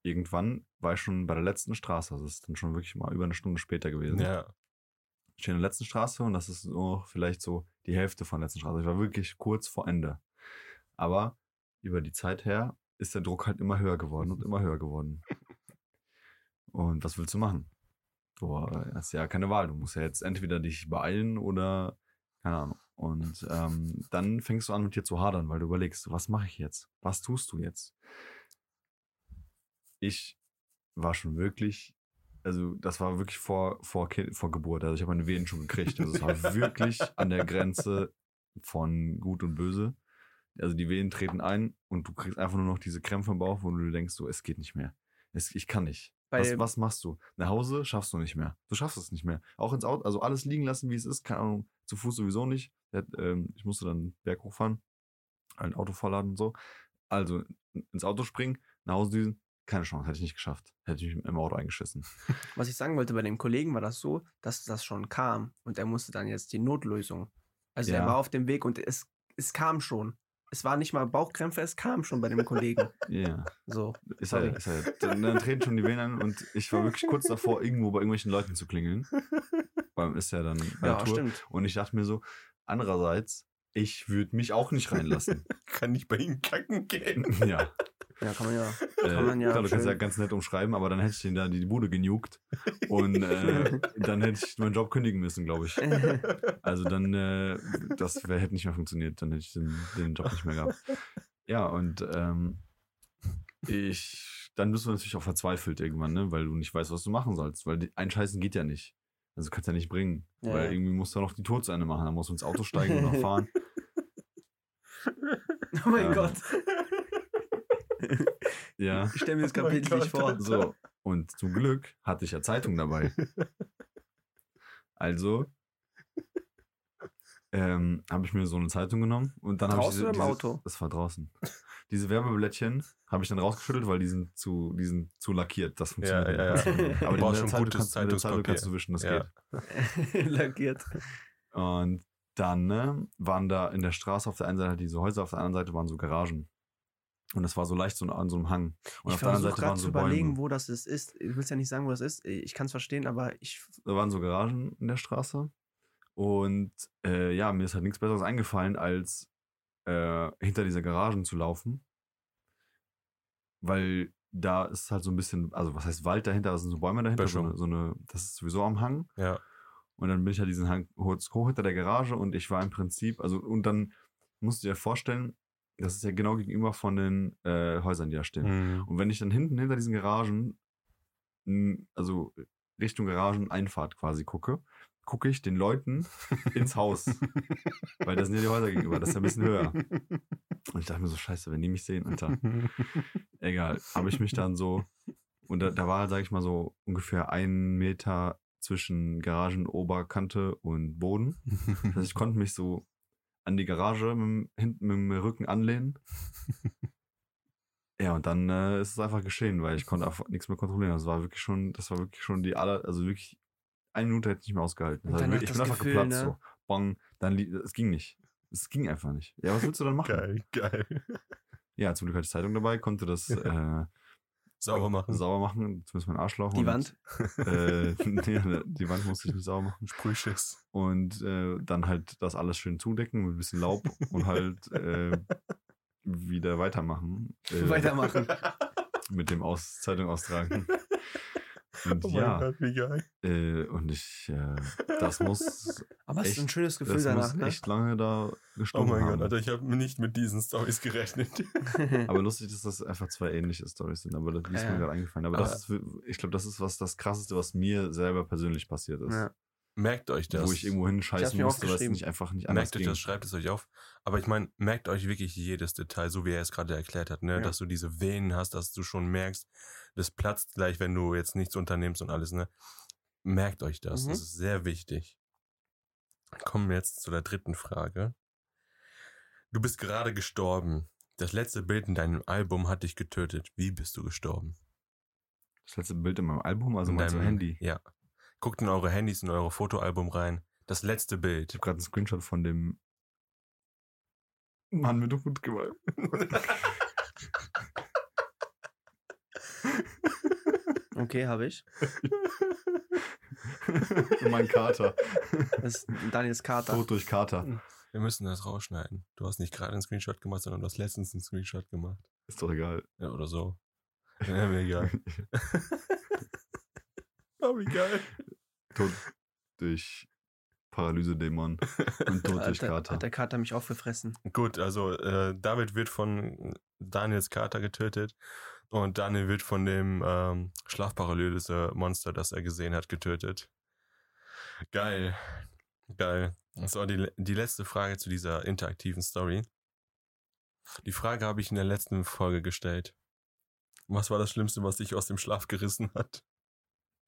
[SPEAKER 1] irgendwann war ich schon bei der letzten Straße, also es ist dann schon wirklich mal über eine Stunde später gewesen
[SPEAKER 2] ja.
[SPEAKER 1] stehe in der letzten Straße und das ist nur noch vielleicht so die Hälfte von der letzten Straße. Ich war wirklich kurz vor Ende. Aber über die Zeit her ist der Druck halt immer höher geworden und immer höher geworden. Und was willst du machen? Du äh, hast ja keine Wahl. Du musst ja jetzt entweder dich beeilen oder keine Ahnung. Und ähm, dann fängst du an, mit dir zu hadern, weil du überlegst, was mache ich jetzt? Was tust du jetzt? Ich war schon wirklich also das war wirklich vor, vor, Kind, vor Geburt. Also ich habe meine Wehen schon gekriegt. Also es war wirklich an der Grenze von Gut und Böse. Also die Wehen treten ein und du kriegst einfach nur noch diese Krämpfe im Bauch, wo du dir denkst, so, es geht nicht mehr. Es, ich kann nicht.
[SPEAKER 3] Bei
[SPEAKER 1] Was, was machst du? Nach Hause schaffst du nicht mehr. Du schaffst es nicht mehr. Auch ins Auto, also alles liegen lassen, wie es ist. Keine Ahnung, zu Fuß sowieso nicht. Der hat, ähm, Ich musste dann berg hochfahren, ein Auto vorladen und so. Also ins Auto springen, nach Hause düsen. Keine Chance, hätte ich nicht geschafft. Hätte ich mich im Auto eingeschissen.
[SPEAKER 3] Was ich sagen wollte, bei dem Kollegen war das so, dass das schon kam und er musste dann jetzt die Notlösung. Also
[SPEAKER 1] Ja.
[SPEAKER 3] er war auf dem Weg und es, es kam schon. Es war nicht mal Bauchkrämpfe, es kam schon bei dem Kollegen.
[SPEAKER 1] Ja.
[SPEAKER 3] So.
[SPEAKER 1] Ist
[SPEAKER 3] Sorry.
[SPEAKER 1] er, ist er. Dann, dann treten schon die Wehen an und ich war wirklich kurz davor, irgendwo bei irgendwelchen Leuten zu klingeln. Weil ist ja dann bei
[SPEAKER 3] Ja,
[SPEAKER 1] der Tour.
[SPEAKER 3] stimmt.
[SPEAKER 1] Und ich dachte mir so, andererseits, ich würde mich auch nicht reinlassen.
[SPEAKER 2] Kann nicht bei ihm kacken gehen.
[SPEAKER 1] ja.
[SPEAKER 3] Ja, kann man ja.
[SPEAKER 1] Äh,
[SPEAKER 3] Kann man ja
[SPEAKER 1] klar, du kannst ja
[SPEAKER 3] schön-
[SPEAKER 1] ganz nett umschreiben, aber dann hätte ich den da die Bude genugt und äh, dann hätte ich meinen Job kündigen müssen, glaube ich. Also dann, äh, das wär, hätte nicht mehr funktioniert, dann hätte ich den, den Job nicht mehr gehabt. Ja, und ähm, ich, dann bist du natürlich auch verzweifelt irgendwann, ne? weil du nicht weißt, was du machen sollst, weil die- einscheißen geht ja nicht. Also kannst ja nicht bringen,
[SPEAKER 3] Ja,
[SPEAKER 1] weil
[SPEAKER 3] ja.
[SPEAKER 1] irgendwie musst du ja noch die Tour zu Ende machen, dann musst du ins Auto steigen und noch fahren.
[SPEAKER 3] Oh mein
[SPEAKER 1] Ähm,
[SPEAKER 3] Gott.
[SPEAKER 1] Ja,
[SPEAKER 3] Ich stelle mir das
[SPEAKER 2] Oh mein
[SPEAKER 3] Kapitel nicht vor.
[SPEAKER 2] Gott.
[SPEAKER 1] so. Und zum Glück hatte ich ja Zeitung dabei. Also ähm, habe ich mir so eine Zeitung genommen und dann habe ich
[SPEAKER 3] Draußen oder im
[SPEAKER 1] diese,
[SPEAKER 3] Auto?
[SPEAKER 1] Das war draußen. Diese Werbeblättchen habe ich dann rausgeschüttelt, weil die sind zu, die sind zu lackiert. Das funktioniert.
[SPEAKER 2] ja,
[SPEAKER 1] nicht.
[SPEAKER 3] ja.
[SPEAKER 1] Aber
[SPEAKER 2] Du
[SPEAKER 1] die
[SPEAKER 2] brauchst
[SPEAKER 1] mit der
[SPEAKER 2] schon
[SPEAKER 1] Zeitung
[SPEAKER 2] gutes
[SPEAKER 1] kannst, mit der Zeitung
[SPEAKER 2] Zeitungspapier.
[SPEAKER 1] kannst du wischen, das
[SPEAKER 2] Ja.
[SPEAKER 1] geht.
[SPEAKER 3] Lackiert.
[SPEAKER 1] Und dann ne, waren da in der Straße auf der einen Seite diese Häuser, auf der anderen Seite waren so Garagen. Und das war so leicht so an so einem Hang. Und auf
[SPEAKER 3] ich
[SPEAKER 1] der anderen
[SPEAKER 3] versuche
[SPEAKER 1] Seite waren
[SPEAKER 3] gerade zu
[SPEAKER 1] so
[SPEAKER 3] überlegen,
[SPEAKER 1] Bäume.
[SPEAKER 3] wo das ist- ist. Ich will ja nicht sagen, wo das ist. Ich kann es verstehen, aber ich.
[SPEAKER 1] da waren so Garagen in der Straße. Und äh, ja, mir ist halt nichts Besseres eingefallen, als äh, hinter dieser Garagen zu laufen. Weil da ist halt so ein bisschen, also was heißt Wald dahinter, das sind so Bäume dahinter, so
[SPEAKER 2] Böschung.
[SPEAKER 1] eine, so eine, das ist sowieso am Hang.
[SPEAKER 2] Ja.
[SPEAKER 1] Und dann bin ich halt diesen Hang kurz hoch hinter der Garage und ich war im Prinzip, also und dann musst du dir vorstellen, das ist ja genau gegenüber von den äh, Häusern, die da stehen.
[SPEAKER 2] Mhm.
[SPEAKER 1] Und wenn ich dann hinten hinter diesen Garagen, m, also Richtung Garageneinfahrt quasi gucke, gucke ich den Leuten ins Haus. Weil da sind ja die Häuser gegenüber, das ist ja ein bisschen höher. Und ich dachte mir so, scheiße, wenn die mich sehen, Alter, egal. Habe ich mich dann so, und da, da war halt, sag ich mal, so ungefähr ein Meter zwischen Garagenoberkante und Boden. Das heißt, ich konnte mich so an die Garage mit, dem- hinten mit dem Rücken anlehnen. ja, und dann äh, ist es einfach geschehen, weil ich konnte einfach nichts mehr kontrollieren. Das war wirklich schon, das war wirklich schon die aller, also wirklich eine Minute hätte ich nicht mehr ausgehalten.
[SPEAKER 3] Und
[SPEAKER 1] Also,
[SPEAKER 3] danach
[SPEAKER 1] ich bin
[SPEAKER 3] das
[SPEAKER 1] einfach
[SPEAKER 3] Gefühl,
[SPEAKER 1] geplatzt.
[SPEAKER 3] ne?
[SPEAKER 1] So. Bong, dann li- es ging nicht. Es ging einfach nicht. Ja, was willst du dann machen?
[SPEAKER 2] Geil, geil.
[SPEAKER 1] Ja, zum Glück hatte ich Zeitung dabei, konnte das äh,
[SPEAKER 2] Sauber machen.
[SPEAKER 1] sauber machen, zumindest mein Arschloch.
[SPEAKER 3] Die
[SPEAKER 1] und,
[SPEAKER 3] Wand.
[SPEAKER 1] Äh, nee, die Wand musste ich nicht sauber machen.
[SPEAKER 2] Sprühschiss.
[SPEAKER 1] und äh, dann halt das alles schön zudecken mit ein bisschen Laub und halt äh, wieder weitermachen. Äh,
[SPEAKER 3] Weitermachen.
[SPEAKER 1] Mit dem aus Zeitung austragen. Und
[SPEAKER 2] Oh mein
[SPEAKER 1] ja,
[SPEAKER 2] Gott, wie geil.
[SPEAKER 1] äh, und ich, äh, das muss,
[SPEAKER 3] Aber es ist ein
[SPEAKER 1] Echt,
[SPEAKER 3] schönes Gefühl
[SPEAKER 1] das
[SPEAKER 3] danach,
[SPEAKER 1] muss
[SPEAKER 3] ne?
[SPEAKER 1] echt lange da
[SPEAKER 2] Oh
[SPEAKER 1] gestunken
[SPEAKER 2] mein
[SPEAKER 1] haben.
[SPEAKER 2] Gott, Alter, ich habe nicht mit diesen Stories gerechnet.
[SPEAKER 1] Aber lustig, dass das einfach zwei ähnliche Stories sind, aber das die ist
[SPEAKER 3] Ja.
[SPEAKER 1] mir gerade eingefallen. Aber
[SPEAKER 2] Aber-
[SPEAKER 1] das ist, wir- ich glaube, das ist was das krasseste, was mir selber persönlich passiert ist.
[SPEAKER 3] ja.
[SPEAKER 2] Merkt euch das.
[SPEAKER 1] Wo ich irgendwo hinscheißen
[SPEAKER 3] mir
[SPEAKER 1] musste, weil es
[SPEAKER 3] aufgeschrieben.
[SPEAKER 1] nicht einfach nicht anders
[SPEAKER 2] Merkt
[SPEAKER 1] ging.
[SPEAKER 2] euch das, schreibt es euch auf. Aber ich meine, merkt euch wirklich jedes Detail, so wie er es gerade erklärt hat, ne?
[SPEAKER 3] Ja.
[SPEAKER 2] Dass du diese Venen hast, dass du schon merkst, das platzt gleich, wenn du jetzt nichts unternimmst und alles, ne? Merkt euch das.
[SPEAKER 3] Mhm.
[SPEAKER 2] Das ist sehr wichtig. Kommen wir jetzt zu der dritten Frage. Du bist gerade gestorben. Das letzte Bild in deinem Album hat dich getötet. Wie bist du gestorben?
[SPEAKER 1] Das letzte Bild in meinem Album, also
[SPEAKER 2] in
[SPEAKER 1] mein Handy.
[SPEAKER 2] Ja. Guckt in eure Handys, in eure Fotoalbum rein. Das letzte
[SPEAKER 1] Ich
[SPEAKER 2] Bild.
[SPEAKER 1] habe gerade einen Screenshot von dem Mann mit dem Hund gemacht.
[SPEAKER 3] Okay, habe ich.
[SPEAKER 1] mein Kater.
[SPEAKER 3] Das ist Daniels Kater.
[SPEAKER 1] Tod durch Kater.
[SPEAKER 2] Wir müssen das rausschneiden. Du hast nicht gerade einen Screenshot gemacht, sondern du hast letztens einen Screenshot gemacht.
[SPEAKER 1] Ist doch egal.
[SPEAKER 2] Ja, oder so. Ja, mir egal. Oh, wie geil.
[SPEAKER 1] Tod durch Paralyse-Dämon. Und Tod durch
[SPEAKER 3] Hat der,
[SPEAKER 1] Kater.
[SPEAKER 3] hat der Kater mich aufgefressen.
[SPEAKER 2] Gut, also äh, David wird von Daniels Kater getötet und Daniel wird von dem ähm, Schlafparalyse-Monster, das er gesehen hat, getötet. Geil. Geil. So, die, le- die letzte Frage zu dieser interaktiven Story. Die Frage habe ich in der letzten Folge gestellt. Was war das Schlimmste, was dich aus dem Schlaf gerissen hat?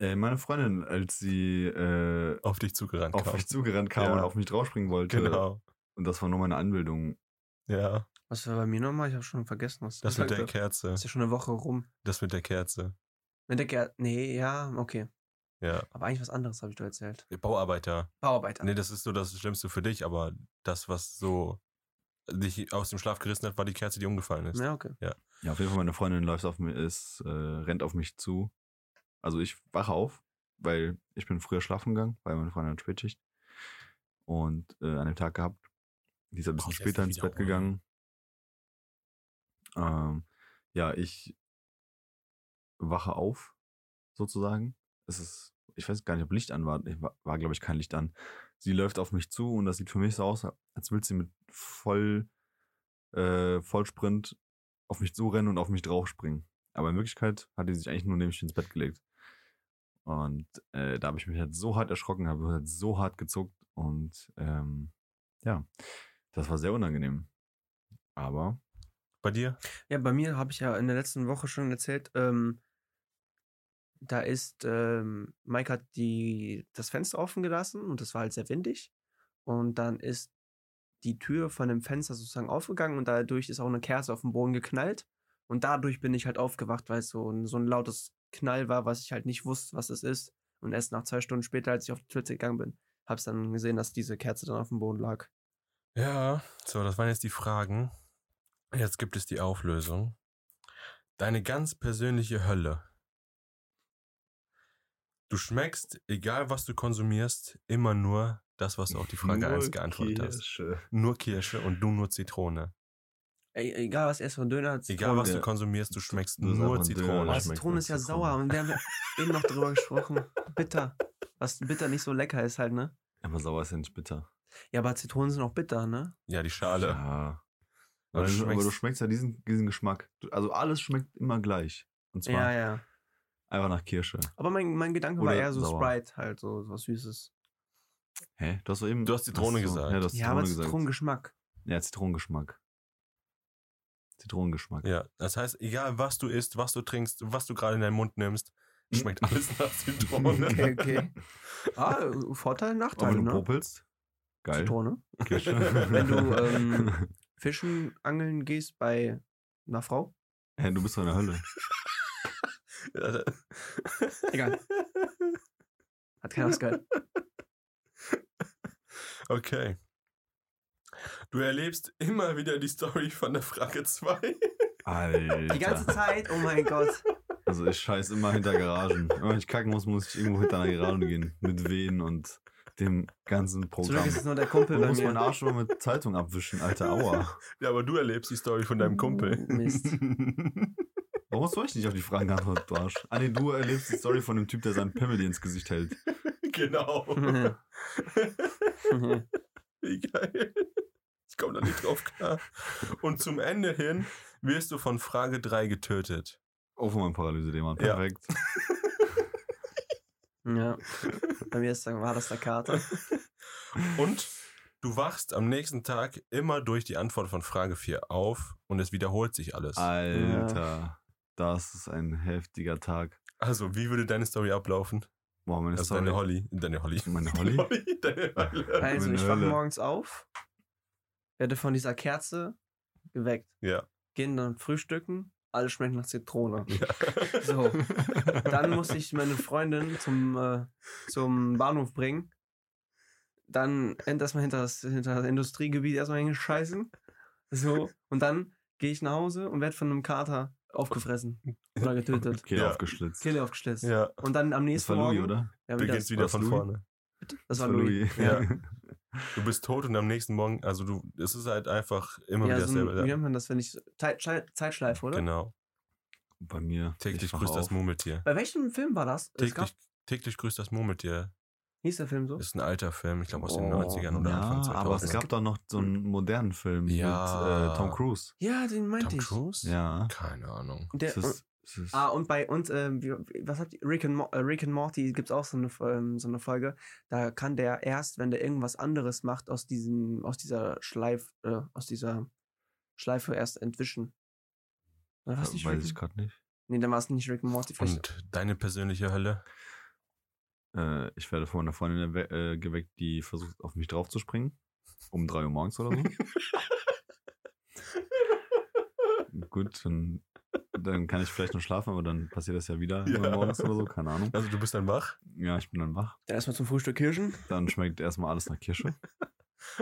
[SPEAKER 1] Äh, meine Freundin, als sie äh,
[SPEAKER 2] Auf dich zugerannt
[SPEAKER 1] auf
[SPEAKER 2] kam.
[SPEAKER 1] mich zugerannt kam
[SPEAKER 2] Ja.
[SPEAKER 1] und auf mich draufspringen wollte.
[SPEAKER 2] Genau.
[SPEAKER 1] Und das war nur meine Anbildung.
[SPEAKER 2] Ja.
[SPEAKER 3] Was war bei mir nochmal? Ich habe schon vergessen, was
[SPEAKER 2] Das
[SPEAKER 3] du
[SPEAKER 2] mit
[SPEAKER 3] gesagt
[SPEAKER 2] der
[SPEAKER 3] hast.
[SPEAKER 2] Kerze.
[SPEAKER 3] Ist ja schon eine Woche rum.
[SPEAKER 2] Das mit der Kerze.
[SPEAKER 3] Mit der Ker Nee, ja, okay.
[SPEAKER 2] Ja.
[SPEAKER 3] Aber eigentlich was anderes habe ich dir erzählt.
[SPEAKER 2] Bauarbeiter.
[SPEAKER 3] Bauarbeiter.
[SPEAKER 2] Nee, Ne, das ist so das Schlimmste für dich, aber das, was so dich aus dem Schlaf gerissen hat, war die Kerze, die umgefallen ist.
[SPEAKER 3] ja, okay.
[SPEAKER 1] Ja, auf jeden Fall, meine Freundin läuft auf mich, ist, äh, rennt auf mich zu. Also ich wache auf, weil ich bin früher schlafen gegangen, weil meine Freundin hat Spätschicht. Und äh, an dem Tag gehabt. Die ist ein bisschen
[SPEAKER 2] Braucht ihr
[SPEAKER 1] später
[SPEAKER 2] das
[SPEAKER 1] ins
[SPEAKER 2] nicht
[SPEAKER 1] Bett gegangen. Ähm, ja, ich wache auf, sozusagen. Es ist, ich weiß gar nicht, ob Licht an war. Ich war, war glaube ich, kein Licht an. Sie läuft auf mich zu und das sieht für mich so aus, als will sie mit voll äh, Vollsprint auf mich zurennen und auf mich draufspringen. Aber in Wirklichkeit hat die sich eigentlich nur neben mich ins Bett gelegt. Und äh, da habe ich mich halt so hart erschrocken, habe halt so hart gezuckt und ähm, ja, das war sehr unangenehm. Aber
[SPEAKER 2] Bei dir?
[SPEAKER 3] Ja, bei mir habe ich ja in der letzten Woche schon erzählt, ähm, da ist, ähm, Mike hat die, das Fenster offen gelassen und das war halt sehr windig. Und dann ist die Tür von dem Fenster sozusagen aufgegangen und dadurch ist auch eine Kerze auf den Boden geknallt. Und dadurch bin ich halt aufgewacht, weil es so ein, so ein lautes Knall war, was ich halt nicht wusste, was es ist. Und erst nach zwei Stunden später, als ich auf die Toilette gegangen bin, habe ich dann gesehen, dass diese Kerze dann auf dem Boden lag.
[SPEAKER 2] Ja. So, das waren jetzt die Fragen. Jetzt gibt es die Auflösung. Deine ganz persönliche Hölle. Du schmeckst, egal was du konsumierst, immer nur das, was du auf die Frage 1 geantwortet hast. Nur Kirsche und du nur Zitrone.
[SPEAKER 3] Ey, egal was erst von Döner,
[SPEAKER 2] Egal was du
[SPEAKER 1] Zitrone.
[SPEAKER 2] konsumierst, du schmeckst
[SPEAKER 1] Das ist
[SPEAKER 2] nur
[SPEAKER 1] einfach ein Döner,
[SPEAKER 2] Zitrone.
[SPEAKER 1] das
[SPEAKER 3] Aber
[SPEAKER 1] schmeckt
[SPEAKER 3] Zitrone ist ja
[SPEAKER 1] nicht
[SPEAKER 3] sauer
[SPEAKER 1] Zitrone.
[SPEAKER 3] und wir haben ja eben noch drüber gesprochen. Bitter. Was bitter nicht so lecker ist halt, ne?
[SPEAKER 1] Aber sauer ist ja nicht bitter.
[SPEAKER 3] Ja, aber Zitronen sind auch bitter, ne?
[SPEAKER 2] Ja, die Schale.
[SPEAKER 1] Ja.
[SPEAKER 2] Aber
[SPEAKER 1] Aber,
[SPEAKER 2] du
[SPEAKER 1] du, aber du
[SPEAKER 2] schmeckst-
[SPEAKER 1] schmeckst ja diesen, diesen Geschmack. Du- Also alles schmeckt immer gleich. Und zwar
[SPEAKER 3] Ja, ja.
[SPEAKER 1] einfach nach Kirsche.
[SPEAKER 3] Aber mein, mein Gedanke war
[SPEAKER 1] Oder
[SPEAKER 3] eher so
[SPEAKER 1] sauer.
[SPEAKER 3] Sprite, halt so was Süßes.
[SPEAKER 1] Hä? Du hast doch eben.
[SPEAKER 2] Du hast Zitrone
[SPEAKER 1] Ach so,
[SPEAKER 2] gesagt.
[SPEAKER 1] Ja, du hast
[SPEAKER 3] ja,
[SPEAKER 1] Zitrone
[SPEAKER 3] aber
[SPEAKER 1] gesagt.
[SPEAKER 3] Zitronengeschmack.
[SPEAKER 1] ja, Zitronengeschmack. Zitronengeschmack.
[SPEAKER 2] Ja, das heißt, egal was du isst, was du trinkst, was du gerade in deinen Mund nimmst, schmeckt alles nach Zitrone.
[SPEAKER 3] Okay, okay. Ah, Vorteil,
[SPEAKER 1] Aber
[SPEAKER 3] Nachteil,
[SPEAKER 1] wenn du
[SPEAKER 3] ne?
[SPEAKER 1] popelst, Geil.
[SPEAKER 3] Zitrone.
[SPEAKER 1] Kirsche.
[SPEAKER 3] Wenn du, ähm, Fischen angeln gehst bei einer Frau.
[SPEAKER 1] Hä, du bist doch in der Hölle.
[SPEAKER 3] Egal. Hat keiner was gehört.
[SPEAKER 2] Okay. Du erlebst immer wieder die Story von der Frage 2.
[SPEAKER 1] Alter.
[SPEAKER 3] Die ganze Zeit, oh mein Gott.
[SPEAKER 1] Also ich scheiß immer hinter Garagen. Wenn ich kacken muss, muss ich irgendwo hinter einer Garage gehen. Mit Wehen und dem ganzen
[SPEAKER 3] Zum Glück
[SPEAKER 1] Programm.
[SPEAKER 3] ist es nur der Kumpel
[SPEAKER 1] Du
[SPEAKER 3] bei
[SPEAKER 1] musst meinen
[SPEAKER 3] mir.
[SPEAKER 1] Arsch immer mit Zeitung abwischen, alter Aua.
[SPEAKER 2] Ja, aber du erlebst die Story von deinem Kumpel.
[SPEAKER 3] Oh, Mist.
[SPEAKER 1] Warum hast du euch nicht auf die Fragen geantwortet, du Arsch? Ah nee, du erlebst die Story von dem Typ, der seinen Pimmel dir ins Gesicht hält.
[SPEAKER 2] genau.
[SPEAKER 3] Mhm.
[SPEAKER 2] Wie geil. Ich komme da nicht drauf klar. Und zum Ende hin wirst du von Frage 3 getötet.
[SPEAKER 1] Oh, von meinem Paralyse-Thema.
[SPEAKER 2] Ja.
[SPEAKER 1] Perfekt.
[SPEAKER 3] ja. Bei mir ist, war das der Kater.
[SPEAKER 2] Und du wachst am nächsten Tag immer durch die Antwort von Frage 4 auf und es wiederholt sich alles.
[SPEAKER 1] Ah. Alter. Das ist ein heftiger Tag.
[SPEAKER 2] Also, wie würde deine Story ablaufen?
[SPEAKER 1] Boah, meine
[SPEAKER 2] Also
[SPEAKER 1] Story.
[SPEAKER 2] deine Holly. Deine Holly.
[SPEAKER 1] Meine Holly?
[SPEAKER 2] Deine Holly.
[SPEAKER 3] Also,
[SPEAKER 1] Meine
[SPEAKER 3] ich wache
[SPEAKER 1] Hölle.
[SPEAKER 3] morgens auf, werde von dieser Kerze geweckt.
[SPEAKER 2] Ja.
[SPEAKER 3] Gehen dann frühstücken, alles schmeckt nach Zitrone.
[SPEAKER 2] ja.
[SPEAKER 3] So. Dann muss ich meine Freundin zum, äh, zum Bahnhof bringen. Dann end- erstmal hinter das, hinter das Industriegebiet erstmal hingescheißen. So. Und dann gehe ich nach Hause und werde von einem Kater aufgefressen oder getötet.
[SPEAKER 1] Kehle
[SPEAKER 2] Ja.
[SPEAKER 1] aufgeschlitzt.
[SPEAKER 3] Kehle aufgeschlitzt.
[SPEAKER 2] Ja.
[SPEAKER 3] Und dann am
[SPEAKER 1] Das
[SPEAKER 3] nächsten
[SPEAKER 1] war
[SPEAKER 3] Morgen.
[SPEAKER 1] Louis, oder?
[SPEAKER 3] Ja, wieder,
[SPEAKER 2] Beginnst wieder
[SPEAKER 1] Was,
[SPEAKER 2] von
[SPEAKER 1] Louis?
[SPEAKER 2] vorne.
[SPEAKER 3] das war Louis.
[SPEAKER 1] Ja.
[SPEAKER 2] Ja. Du bist tot und am nächsten Morgen, also du, es ist halt einfach immer
[SPEAKER 3] Ja,
[SPEAKER 2] wieder
[SPEAKER 3] so ein, wie
[SPEAKER 2] dasselbe.
[SPEAKER 3] nennt man das, wenn ich. Zeit, Schei- Zeitschleife, oder?
[SPEAKER 2] Genau.
[SPEAKER 1] Bei mir.
[SPEAKER 2] Täglich
[SPEAKER 1] Ich wache
[SPEAKER 2] grüßt das
[SPEAKER 1] auf.
[SPEAKER 2] Murmeltier.
[SPEAKER 3] Bei welchem Film war das? Es gab,
[SPEAKER 2] Täglich, täglich grüßt das Murmeltier.
[SPEAKER 3] hieß der Film so?
[SPEAKER 2] Ist ein alter Film, ich glaube aus den
[SPEAKER 3] Oh,
[SPEAKER 2] 90ern oder Anfang
[SPEAKER 1] Ja,
[SPEAKER 2] 2000.
[SPEAKER 1] aber es gab doch noch so einen modernen Film
[SPEAKER 2] Ja.
[SPEAKER 1] mit äh, Tom Cruise.
[SPEAKER 3] Ja, den meinte
[SPEAKER 2] Tom
[SPEAKER 3] ich.
[SPEAKER 2] Cruise?
[SPEAKER 1] Ja.
[SPEAKER 2] Keine Ahnung.
[SPEAKER 3] Der,
[SPEAKER 1] Es ist, es ist,
[SPEAKER 3] Ah, und bei uns, ähm, wie, was habt ihr? Rick and, Mo äh, Rick and Morty gibt's auch so eine, Fo- ähm, so eine Folge. Da kann der erst, wenn der irgendwas anderes macht, aus diesem, aus dieser Schleif, äh, aus dieser Schleife erst entwischen. War das nicht Rick
[SPEAKER 1] äh, weiß ich
[SPEAKER 3] and-
[SPEAKER 1] gerade nicht.
[SPEAKER 3] Nee, dann war es nicht Rick and Morty. Vielleicht.
[SPEAKER 2] Und deine persönliche Hölle?
[SPEAKER 1] Äh, ich werde von meiner Freundin erwe- äh, geweckt, die versucht, auf mich draufzuspringen. Um 3 Uhr morgens oder so. Gut, dann, dann kann ich vielleicht noch schlafen, aber dann passiert das ja wieder
[SPEAKER 2] Ja.
[SPEAKER 1] irgendwann morgens oder so, keine Ahnung.
[SPEAKER 2] Also du bist dann wach,
[SPEAKER 1] Ja, ich bin dann wach.
[SPEAKER 3] Dann erstmal zum Frühstück Kirschen.
[SPEAKER 1] Dann schmeckt erstmal alles nach Kirsche.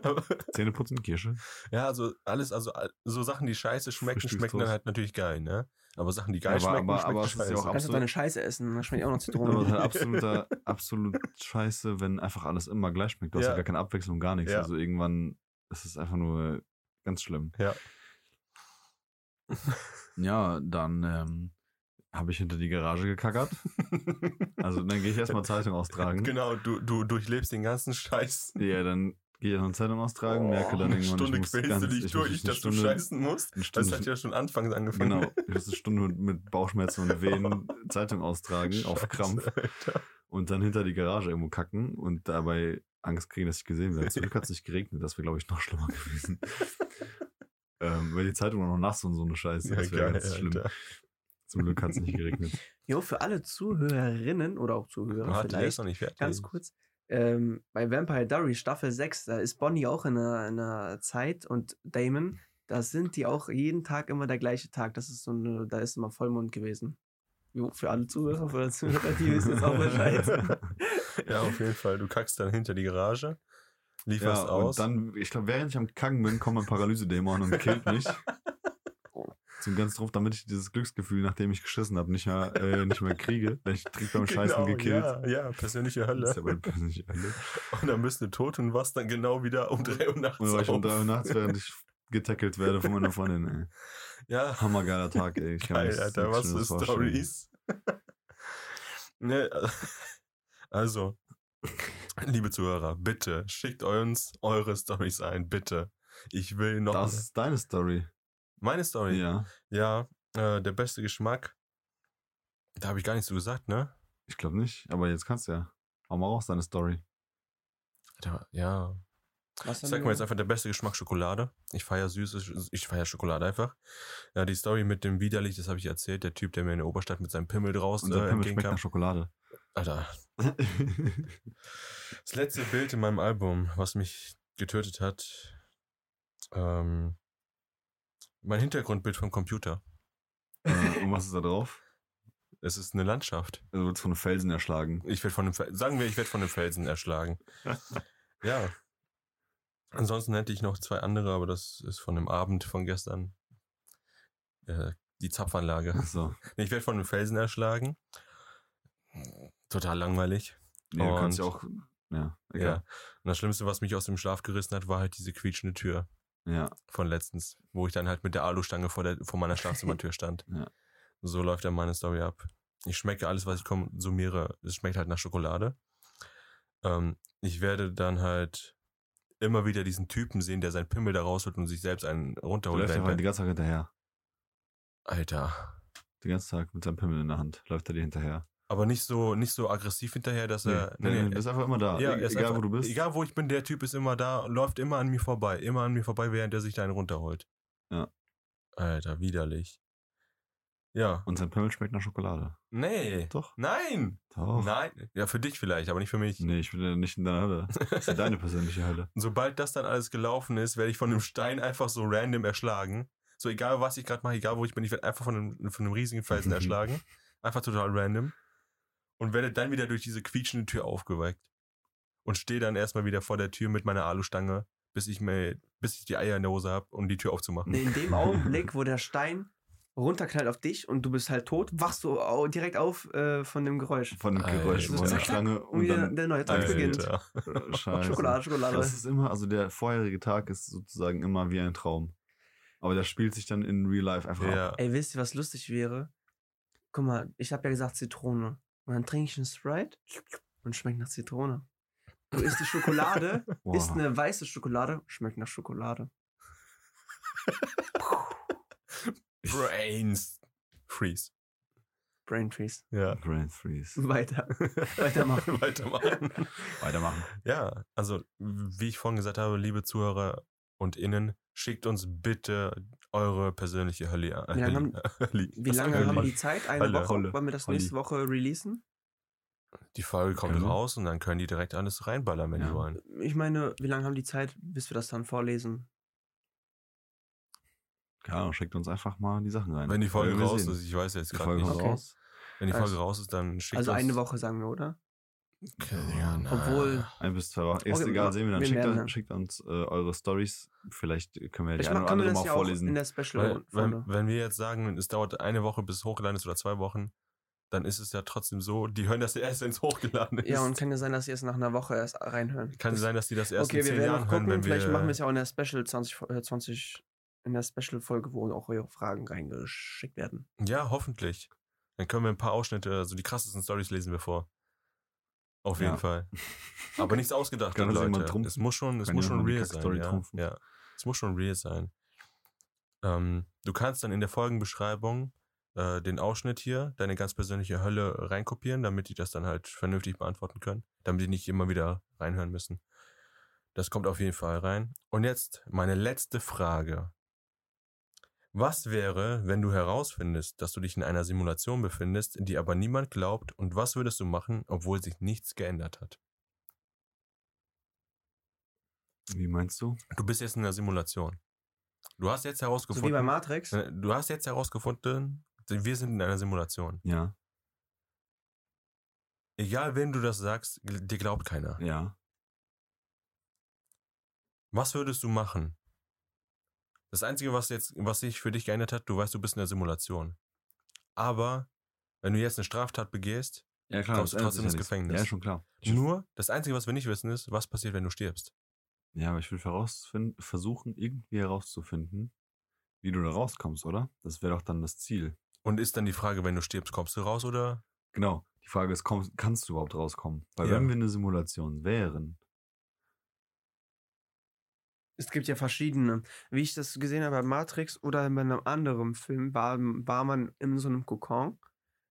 [SPEAKER 2] aber
[SPEAKER 1] Zähneputzen, Kirsche.
[SPEAKER 2] Ja, also alles, also all- so Sachen, die scheiße schmecken, schmecken dann
[SPEAKER 1] Frühstückstoast.
[SPEAKER 2] halt natürlich geil, ne? Aber Sachen, die geil
[SPEAKER 1] Ja, aber-
[SPEAKER 2] schmecken,
[SPEAKER 1] aber-
[SPEAKER 2] schmecken
[SPEAKER 1] aber es ist
[SPEAKER 2] scheiße.
[SPEAKER 1] ja auch
[SPEAKER 3] Kannst du
[SPEAKER 1] Absolut.
[SPEAKER 3] deine Scheiße essen, dann schmeckt auch noch
[SPEAKER 1] Aber es ist
[SPEAKER 3] Zitrone.
[SPEAKER 1] halt absoluter, absolut scheiße, wenn einfach alles immer gleich schmeckt. Du hast ja,
[SPEAKER 2] Ja.
[SPEAKER 1] gar keine Abwechslung, gar nichts.
[SPEAKER 2] Ja.
[SPEAKER 1] Also irgendwann ist es einfach nur ganz schlimm.
[SPEAKER 2] Ja.
[SPEAKER 1] Ja, dann ähm, habe ich hinter die Garage gekackert. Also dann gehe ich erstmal Zeitung austragen.
[SPEAKER 2] genau, du, du durchlebst den ganzen Scheiß.
[SPEAKER 1] Ja, dann gehe ich erstmal Zeitung austragen,
[SPEAKER 2] Oh,
[SPEAKER 1] merke dann
[SPEAKER 2] eine
[SPEAKER 1] irgendwann,
[SPEAKER 2] Stunde
[SPEAKER 1] ich muss
[SPEAKER 2] quälst
[SPEAKER 1] ganz,
[SPEAKER 2] du dich
[SPEAKER 1] ich muss
[SPEAKER 2] durch,
[SPEAKER 1] eine
[SPEAKER 2] dass du
[SPEAKER 1] Stunde-
[SPEAKER 2] scheißen musst.
[SPEAKER 1] eine
[SPEAKER 2] Das
[SPEAKER 1] Stunde,
[SPEAKER 2] hat ja schon anfangs angefangen.
[SPEAKER 1] Genau, ich muss eine Stunde mit- mit Bauchschmerzen und Wehen Zeitung austragen, auf
[SPEAKER 2] Scheiße,
[SPEAKER 1] Krampf.
[SPEAKER 2] Alter.
[SPEAKER 1] und dann hinter die Garage irgendwo kacken und dabei Angst kriegen, dass ich gesehen werde. Zum Glück hat es nicht geregnet, das wäre, glaube ich, noch schlimmer gewesen. ähm, weil die Zeitung war noch nass und so eine Scheiße,
[SPEAKER 2] Ja,
[SPEAKER 1] das wäre
[SPEAKER 2] geil,
[SPEAKER 1] ganz schlimm.
[SPEAKER 2] Alter.
[SPEAKER 1] Zum Glück hat es nicht geregnet.
[SPEAKER 3] Jo, für alle Zuhörerinnen oder auch Zuhörer
[SPEAKER 2] Warte, der
[SPEAKER 3] vielleicht.
[SPEAKER 2] ist noch nicht fertig.
[SPEAKER 3] Ganz kurz. Ähm, bei Vampire Diary Staffel 6, da ist Bonnie auch in einer, in einer Zeit und Damon, da sind die auch jeden Tag immer der gleiche Tag. Das ist so eine, da ist immer Vollmond gewesen. Jo, für alle Zuhörer, für alle Zuhörer, die wissen jetzt auch Bescheid.
[SPEAKER 2] Ja, auf jeden Fall. Du kackst dann hinter die Garage, lieferst
[SPEAKER 1] ja, und
[SPEAKER 2] aus.
[SPEAKER 1] dann, ich glaube, während ich am Kacken bin, kommt mein Paralyse-Dämon und killt mich. Zum ganz drauf, damit ich dieses Glücksgefühl, nachdem ich geschissen habe, nicht, mehr, äh, nicht mehr kriege. Weil ich krieg beim Scheißen gekillt.
[SPEAKER 2] Genau, ja, ja, persönliche
[SPEAKER 1] Das ist
[SPEAKER 2] Hölle.
[SPEAKER 1] ja wohl persönlich alle.
[SPEAKER 2] Und dann bist du tot und wachst dann genau wieder um 3 Uhr nachts
[SPEAKER 1] Oder war ich um
[SPEAKER 2] auf.
[SPEAKER 1] drei Uhr nachts, während ich getackelt werde von meiner Freundin, ey.
[SPEAKER 2] Ja,
[SPEAKER 1] Hammergeiler Tag, ey. Ich kann mir
[SPEAKER 2] Geil,
[SPEAKER 1] nichts-
[SPEAKER 2] Alter,
[SPEAKER 1] nichts
[SPEAKER 2] was für
[SPEAKER 1] Schlimmeres vorstellen.
[SPEAKER 2] Stories. ne, also, liebe Zuhörer, bitte schickt uns eure Stories ein, bitte. Ich will noch
[SPEAKER 1] Das ist deine Story.
[SPEAKER 2] meine Story.
[SPEAKER 1] Ja.
[SPEAKER 2] Ja, äh, der beste Geschmack. Da habe ich gar nichts zu gesagt, ne?
[SPEAKER 1] Ich glaube nicht, aber jetzt kannst du ja. Hau mal raus, deine Story.
[SPEAKER 2] Da, ja.
[SPEAKER 3] Was
[SPEAKER 2] Ich sag mal jetzt einfach der beste Geschmack Schokolade. Ich feiere süße, ich feiere Schokolade einfach. Ja, die Story mit dem widerlich, das habe ich erzählt. Der Typ, der mir in der Oberstadt mit seinem Pimmel draußen
[SPEAKER 1] Unser
[SPEAKER 2] äh,
[SPEAKER 1] Pimmel schmeckt
[SPEAKER 2] entgegenkam.
[SPEAKER 1] nach Schokolade. Äh,
[SPEAKER 2] Alter, Das letzte Bild in meinem Album, was mich getötet hat, ähm, mein Hintergrundbild vom Computer.
[SPEAKER 1] Äh, und was ist da drauf?
[SPEAKER 2] Es ist eine Landschaft.
[SPEAKER 1] Also wird von einem Felsen erschlagen.
[SPEAKER 2] Ich werde von einem Fel sagen wir, ich werde von einem Felsen erschlagen. ja. Ansonsten hätte ich noch zwei andere, aber das ist von dem Abend von gestern. Äh, die Zapfanlage.
[SPEAKER 1] So.
[SPEAKER 2] Ich werde von einem Felsen erschlagen. Total langweilig.
[SPEAKER 1] Nee, du kannst ja
[SPEAKER 2] Und-
[SPEAKER 1] auch. Ja,
[SPEAKER 2] Ja.
[SPEAKER 1] egal.
[SPEAKER 2] Und das Schlimmste, was mich aus dem Schlaf gerissen hat, war halt diese quietschende Tür
[SPEAKER 1] Ja.
[SPEAKER 2] von letztens, wo ich dann halt mit der Alustange vor, der, vor meiner Schlafzimmertür stand.
[SPEAKER 1] Ja.
[SPEAKER 2] So läuft dann meine Story ab. Ich schmecke alles, was ich konsumiere. Es schmeckt halt nach Schokolade. Ähm, ich werde dann halt immer wieder diesen Typen sehen, der seinen Pimmel da rausholt und sich selbst einen
[SPEAKER 1] Der
[SPEAKER 2] runterholt.
[SPEAKER 1] läuft
[SPEAKER 2] während
[SPEAKER 1] einfach den
[SPEAKER 2] der-
[SPEAKER 1] ganzen Tag hinterher.
[SPEAKER 2] Alter.
[SPEAKER 1] Den ganzen Tag mit seinem Pimmel in der Hand läuft er dir hinterher.
[SPEAKER 2] Aber nicht so, nicht so aggressiv hinterher, dass er.
[SPEAKER 1] nee, nee, er ist einfach immer da.
[SPEAKER 2] Ja,
[SPEAKER 1] E-
[SPEAKER 2] er ist
[SPEAKER 1] egal
[SPEAKER 2] einfach-
[SPEAKER 1] wo du bist.
[SPEAKER 2] Egal wo ich bin, der Typ ist immer da, läuft immer an mir vorbei, immer an mir vorbei, während er sich da einen runterholt.
[SPEAKER 1] Ja.
[SPEAKER 2] Alter, widerlich. Ja.
[SPEAKER 1] Und sein Pimmel schmeckt nach Schokolade.
[SPEAKER 2] Nee.
[SPEAKER 1] Doch.
[SPEAKER 2] Nein.
[SPEAKER 1] Doch.
[SPEAKER 2] Nein. Ja, für dich vielleicht, aber nicht für mich.
[SPEAKER 1] Nee, ich bin ja nicht in deiner Hölle. Das ist ja deine persönliche Hölle.
[SPEAKER 2] Und sobald das dann alles gelaufen ist, werde ich von einem Stein einfach so random erschlagen. So egal, was ich gerade mache, egal wo ich bin, ich werde einfach von einem, von einem riesigen Felsen erschlagen. Einfach total random. Und werde dann wieder durch diese quietschende Tür aufgeweckt. Und stehe dann erstmal wieder vor der Tür mit meiner Alustange, bis ich mir, bis ich die Eier in der Hose habe, um die Tür aufzumachen.
[SPEAKER 3] Nee, in dem Augenblick, wo der Stein runterknallt auf dich und du bist halt tot, wachst du au- direkt auf äh, von dem Geräusch.
[SPEAKER 1] Von dem
[SPEAKER 2] Alter.
[SPEAKER 1] Geräusch,
[SPEAKER 2] So,
[SPEAKER 1] von der
[SPEAKER 2] zack, zack.
[SPEAKER 1] Schlange
[SPEAKER 3] Und
[SPEAKER 1] und
[SPEAKER 3] wieder
[SPEAKER 1] dann.
[SPEAKER 3] der neue Tag beginnt.
[SPEAKER 2] Alter.
[SPEAKER 1] Scheiße.
[SPEAKER 3] Schokolade, Schokolade.
[SPEAKER 1] Das ist immer, also der vorherige Tag ist sozusagen immer wie ein Traum. Aber der spielt sich dann in Real Life einfach ab.
[SPEAKER 2] Ja.
[SPEAKER 3] Ey, wisst ihr, was lustig wäre? Guck mal, ich habe ja gesagt Zitrone. Und dann trinke ich einen Sprite und schmeckt nach Zitrone. Du isst die Schokolade,
[SPEAKER 1] Boah.
[SPEAKER 3] isst eine weiße Schokolade, schmeckt nach Schokolade.
[SPEAKER 2] Brains. Freeze.
[SPEAKER 3] Brain Trees.
[SPEAKER 2] Ja.
[SPEAKER 1] Grand Freeze.
[SPEAKER 3] Weiter. Weitermachen.
[SPEAKER 2] Weitermachen.
[SPEAKER 1] Weitermachen.
[SPEAKER 2] Ja, also wie ich vorhin gesagt habe, liebe Zuhörer und Innen, schickt uns bitte eure persönliche äh, Hölle.
[SPEAKER 3] Wie lange haben- Wie lange haben wir die Zeit? Eine
[SPEAKER 2] Halle.
[SPEAKER 3] Woche? Wollen wir das
[SPEAKER 1] Holly.
[SPEAKER 3] nächste Woche releasen?
[SPEAKER 2] Die Folge kommt
[SPEAKER 1] Können wir?
[SPEAKER 2] raus und dann können die direkt alles reinballern, wenn
[SPEAKER 1] Ja.
[SPEAKER 2] die wollen.
[SPEAKER 3] Ich meine, wie lange haben die Zeit, bis wir das dann vorlesen?
[SPEAKER 1] Keine Ahnung, schickt uns einfach mal die Sachen rein.
[SPEAKER 2] Wenn die Folge
[SPEAKER 1] Wir
[SPEAKER 2] raus
[SPEAKER 1] sehen.
[SPEAKER 2] ist, ich weiß jetzt
[SPEAKER 1] Die
[SPEAKER 2] gerade
[SPEAKER 1] Folge
[SPEAKER 2] nicht.
[SPEAKER 1] kommt
[SPEAKER 3] Okay.
[SPEAKER 1] raus.
[SPEAKER 2] Wenn die Folge
[SPEAKER 3] Also-
[SPEAKER 2] raus ist, dann schickt
[SPEAKER 3] Also
[SPEAKER 2] uns.
[SPEAKER 3] eine Woche, sagen wir, oder?
[SPEAKER 2] Ja, na.
[SPEAKER 3] Obwohl-
[SPEAKER 1] Ein bis zwei Wochen. Ist
[SPEAKER 3] Okay,
[SPEAKER 1] egal,
[SPEAKER 3] ma-
[SPEAKER 1] sehen wir dann.
[SPEAKER 3] wir
[SPEAKER 1] Schickt,
[SPEAKER 3] werden
[SPEAKER 1] dann-
[SPEAKER 3] dann-
[SPEAKER 1] schickt uns äh, eure Stories. Vielleicht können wir die
[SPEAKER 3] Vielleicht
[SPEAKER 1] eine oder
[SPEAKER 3] können wir
[SPEAKER 1] andere
[SPEAKER 3] das
[SPEAKER 1] mal
[SPEAKER 3] ja auch in
[SPEAKER 1] vorlesen.
[SPEAKER 3] der
[SPEAKER 2] Weil, wenn,
[SPEAKER 3] Special-Folge.
[SPEAKER 2] wenn wir jetzt sagen, es dauert eine Woche, bis es hochgeladen ist oder zwei Wochen, dann ist es ja trotzdem so, die hören das ja erst, wenn es hochgeladen ist.
[SPEAKER 3] Ja, und kann ja sein, dass sie es nach einer Woche erst reinhören.
[SPEAKER 2] kann
[SPEAKER 3] Das-
[SPEAKER 2] sein, dass die das erst
[SPEAKER 3] Okay,
[SPEAKER 2] in
[SPEAKER 3] wir
[SPEAKER 2] zehn
[SPEAKER 3] werden
[SPEAKER 2] Jahren
[SPEAKER 3] auch
[SPEAKER 2] hören,
[SPEAKER 3] gucken.
[SPEAKER 2] wenn
[SPEAKER 3] Vielleicht
[SPEAKER 2] wir,
[SPEAKER 3] machen wir es ja auch in der Special 20, Fo- äh, 20 in der Special-Folge, wo auch eure Fragen reingeschickt werden.
[SPEAKER 2] Ja, hoffentlich. Dann können wir ein paar Ausschnitte, also die krassesten Stories lesen wir vor. Auf jeden
[SPEAKER 1] Ja.
[SPEAKER 2] Fall. Aber nichts ausgedacht,
[SPEAKER 1] Kann das jemand
[SPEAKER 2] Leute.
[SPEAKER 1] trumpfen?
[SPEAKER 2] Es muss schon, es
[SPEAKER 1] Kann
[SPEAKER 2] muss
[SPEAKER 1] jemand
[SPEAKER 2] schon
[SPEAKER 1] die
[SPEAKER 2] real sein.
[SPEAKER 1] Kackstory
[SPEAKER 2] Ja.
[SPEAKER 1] trumpfen?
[SPEAKER 2] ja, es muss schon real sein. Ähm, du kannst dann in der Folgenbeschreibung äh, den Ausschnitt hier, deine ganz persönliche Hölle reinkopieren, damit die das dann halt vernünftig beantworten können, damit die nicht immer wieder reinhören müssen. Das kommt auf jeden Fall rein. Und jetzt meine letzte Frage. Was wäre, wenn du herausfindest, dass du dich in einer Simulation befindest, die aber niemand glaubt und was würdest du machen, obwohl sich nichts geändert hat?
[SPEAKER 1] Wie meinst du?
[SPEAKER 2] Du bist jetzt in einer Simulation. Du hast jetzt
[SPEAKER 3] So
[SPEAKER 1] ne?
[SPEAKER 3] wie bei
[SPEAKER 2] herausgefunden, äh,
[SPEAKER 3] Matrix.
[SPEAKER 2] du hast jetzt herausgefunden, wir sind in einer Simulation.
[SPEAKER 1] Ja,
[SPEAKER 2] Egal, wem du das sagst, gl- dir glaubt keiner.
[SPEAKER 1] ja.
[SPEAKER 2] Was würdest du machen? Das Einzige, was jetzt, was sich für dich geändert hat, du weißt, du bist in der Simulation. Aber wenn du jetzt eine Straftat begehst,
[SPEAKER 1] Ja, klar.
[SPEAKER 2] Kommst
[SPEAKER 1] das ändert sich
[SPEAKER 2] trotzdem
[SPEAKER 1] ja
[SPEAKER 2] ins
[SPEAKER 1] nichts.
[SPEAKER 2] Gefängnis.
[SPEAKER 1] Ja, schon klar. Ich
[SPEAKER 2] nur das Einzige, was wir nicht wissen, ist, was passiert, wenn du stirbst.
[SPEAKER 1] Ja, aber ich will herausfinden, versuchen, irgendwie herauszufinden, wie du da rauskommst, oder? Das wäre doch dann das Ziel.
[SPEAKER 2] Und ist dann die Frage, wenn du stirbst, kommst du raus oder?
[SPEAKER 1] Genau. Die Frage ist, kommst, kannst du überhaupt rauskommen? Weil
[SPEAKER 2] Ja.
[SPEAKER 1] wenn wir eine Simulation wären,
[SPEAKER 3] Es gibt ja verschiedene. Wie ich das gesehen habe bei Matrix oder bei einem anderen Film, war, war man in so einem Kokon,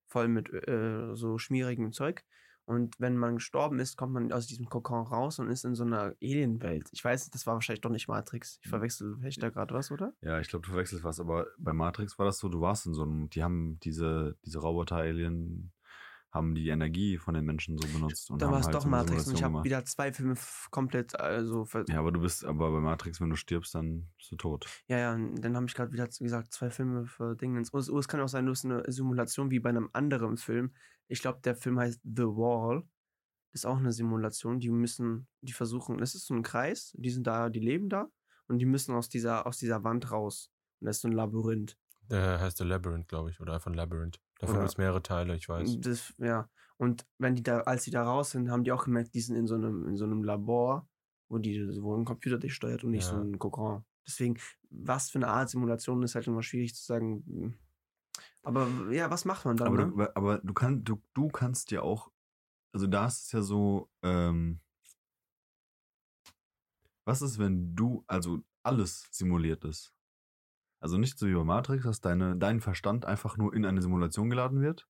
[SPEAKER 3] voll mit äh, so schmierigem Zeug. Und wenn man gestorben ist, kommt man aus diesem Kokon raus und ist in so einer Alienwelt. Ich weiß, das war wahrscheinlich doch nicht Matrix.
[SPEAKER 1] Mhm.
[SPEAKER 3] Ich verwechsel vielleicht da gerade was, oder?
[SPEAKER 1] ja, ich glaube, du verwechselst was, aber bei Matrix war das so, du warst in so einem, die haben diese, diese Roboter-Alien, haben die Energie von den Menschen so benutzt. Und
[SPEAKER 3] Da
[SPEAKER 1] haben
[SPEAKER 3] war es
[SPEAKER 1] halt
[SPEAKER 3] doch
[SPEAKER 1] so eine
[SPEAKER 3] Matrix und ich
[SPEAKER 1] Simulation
[SPEAKER 3] habe
[SPEAKER 1] gemacht.
[SPEAKER 3] wieder zwei Filme f- komplett, also ver-
[SPEAKER 1] Ja, aber du bist, aber bei Matrix, wenn du stirbst, dann bist du tot.
[SPEAKER 3] Ja, ja, und dann habe ich gerade wieder z- gesagt, zwei Filme für Dingens. Und es- oh, es kann auch sein, du hast eine Simulation wie bei einem anderen Film. Ich glaube, der Film heißt The Wall. Ist auch eine Simulation. Die müssen, die versuchen, es ist so ein Kreis, die sind da, die leben da und die müssen aus dieser, aus dieser Wand raus. Und das ist so ein Labyrinth.
[SPEAKER 2] Der äh, heißt The Labyrinth, glaube ich, oder einfach Labyrinth. Davon
[SPEAKER 3] Oder- Mhm.
[SPEAKER 2] gibt es mehrere Teile, ich weiß.
[SPEAKER 3] Und Das, ja. Und wenn die da, als die da raus sind, haben die auch gemerkt, die sind in so einem, in so einem Labor, wo die, wo ein Computer dich steuert und nicht so
[SPEAKER 2] Ja.
[SPEAKER 3] ein Kokon. Deswegen, was für eine Art Simulation ist halt immer schwierig zu sagen. hm. Aber ja, was macht man dann?
[SPEAKER 1] Aber,
[SPEAKER 3] ne?
[SPEAKER 1] du, aber du, kann, du, du kannst dir auch, also da ist es ja so, ähm, was ist, wenn du, also alles simuliert ist? Also nicht so wie bei Matrix, dass deine, dein Verstand einfach nur in eine Simulation geladen wird,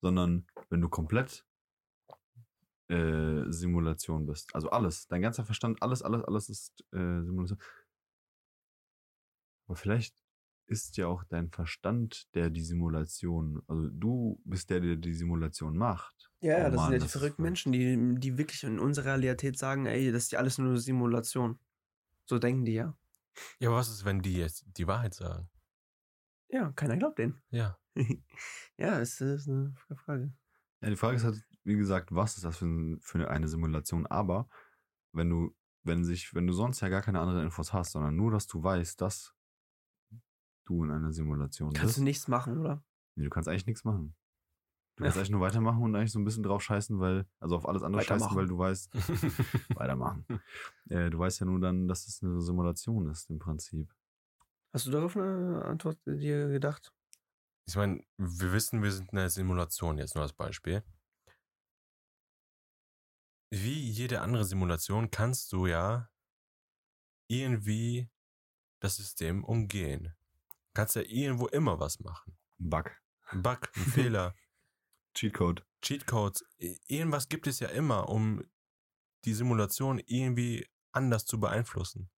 [SPEAKER 1] sondern wenn du komplett äh, Simulation bist. Also alles, dein ganzer Verstand, alles, alles, alles ist äh, Simulation. Aber vielleicht ist ja auch dein Verstand, der die Simulation, also du bist der, der die Simulation macht.
[SPEAKER 3] ja, ja,
[SPEAKER 1] Oh
[SPEAKER 3] das
[SPEAKER 1] Mann,
[SPEAKER 3] sind ja die
[SPEAKER 1] das ist
[SPEAKER 3] verrückten
[SPEAKER 1] verrückt.
[SPEAKER 3] Menschen, die, die wirklich in unserer Realität sagen, ey, das ist ja alles nur eine Simulation. So denken die ja.
[SPEAKER 2] Ja, aber was ist, wenn die jetzt die Wahrheit sagen?
[SPEAKER 3] Ja, keiner glaubt denen.
[SPEAKER 2] Ja.
[SPEAKER 3] ja, es ist eine Frage.
[SPEAKER 1] Ja, die Frage ist halt, wie gesagt, was ist das für, ein- für eine Simulation? Aber wenn du, wenn sich, wenn du sonst ja gar keine anderen Infos hast, sondern nur, dass du weißt, dass du in einer Simulation
[SPEAKER 3] Kannst du
[SPEAKER 1] bist,
[SPEAKER 3] nichts machen, oder?
[SPEAKER 1] nee, du kannst eigentlich nichts machen. Du
[SPEAKER 3] Ja.
[SPEAKER 1] kannst eigentlich nur weitermachen und eigentlich so ein bisschen drauf scheißen, weil, also auf alles andere scheißen,
[SPEAKER 3] Weitermachen.
[SPEAKER 1] weil du weißt, weitermachen. äh, du weißt ja nur dann, dass es eine Simulation ist im Prinzip.
[SPEAKER 3] Hast du darauf eine Antwort äh, dir gedacht?
[SPEAKER 2] ich meine, wir wissen, wir sind in einer Simulation, jetzt nur als Beispiel. Wie jede andere Simulation kannst du ja irgendwie das System umgehen. Kannst ja irgendwo immer was machen.
[SPEAKER 1] Bug.
[SPEAKER 2] Ein Bug, ein Fehler,
[SPEAKER 1] Cheatcode.
[SPEAKER 2] Cheatcodes, i- irgendwas gibt es ja immer, um die Simulation irgendwie anders zu beeinflussen.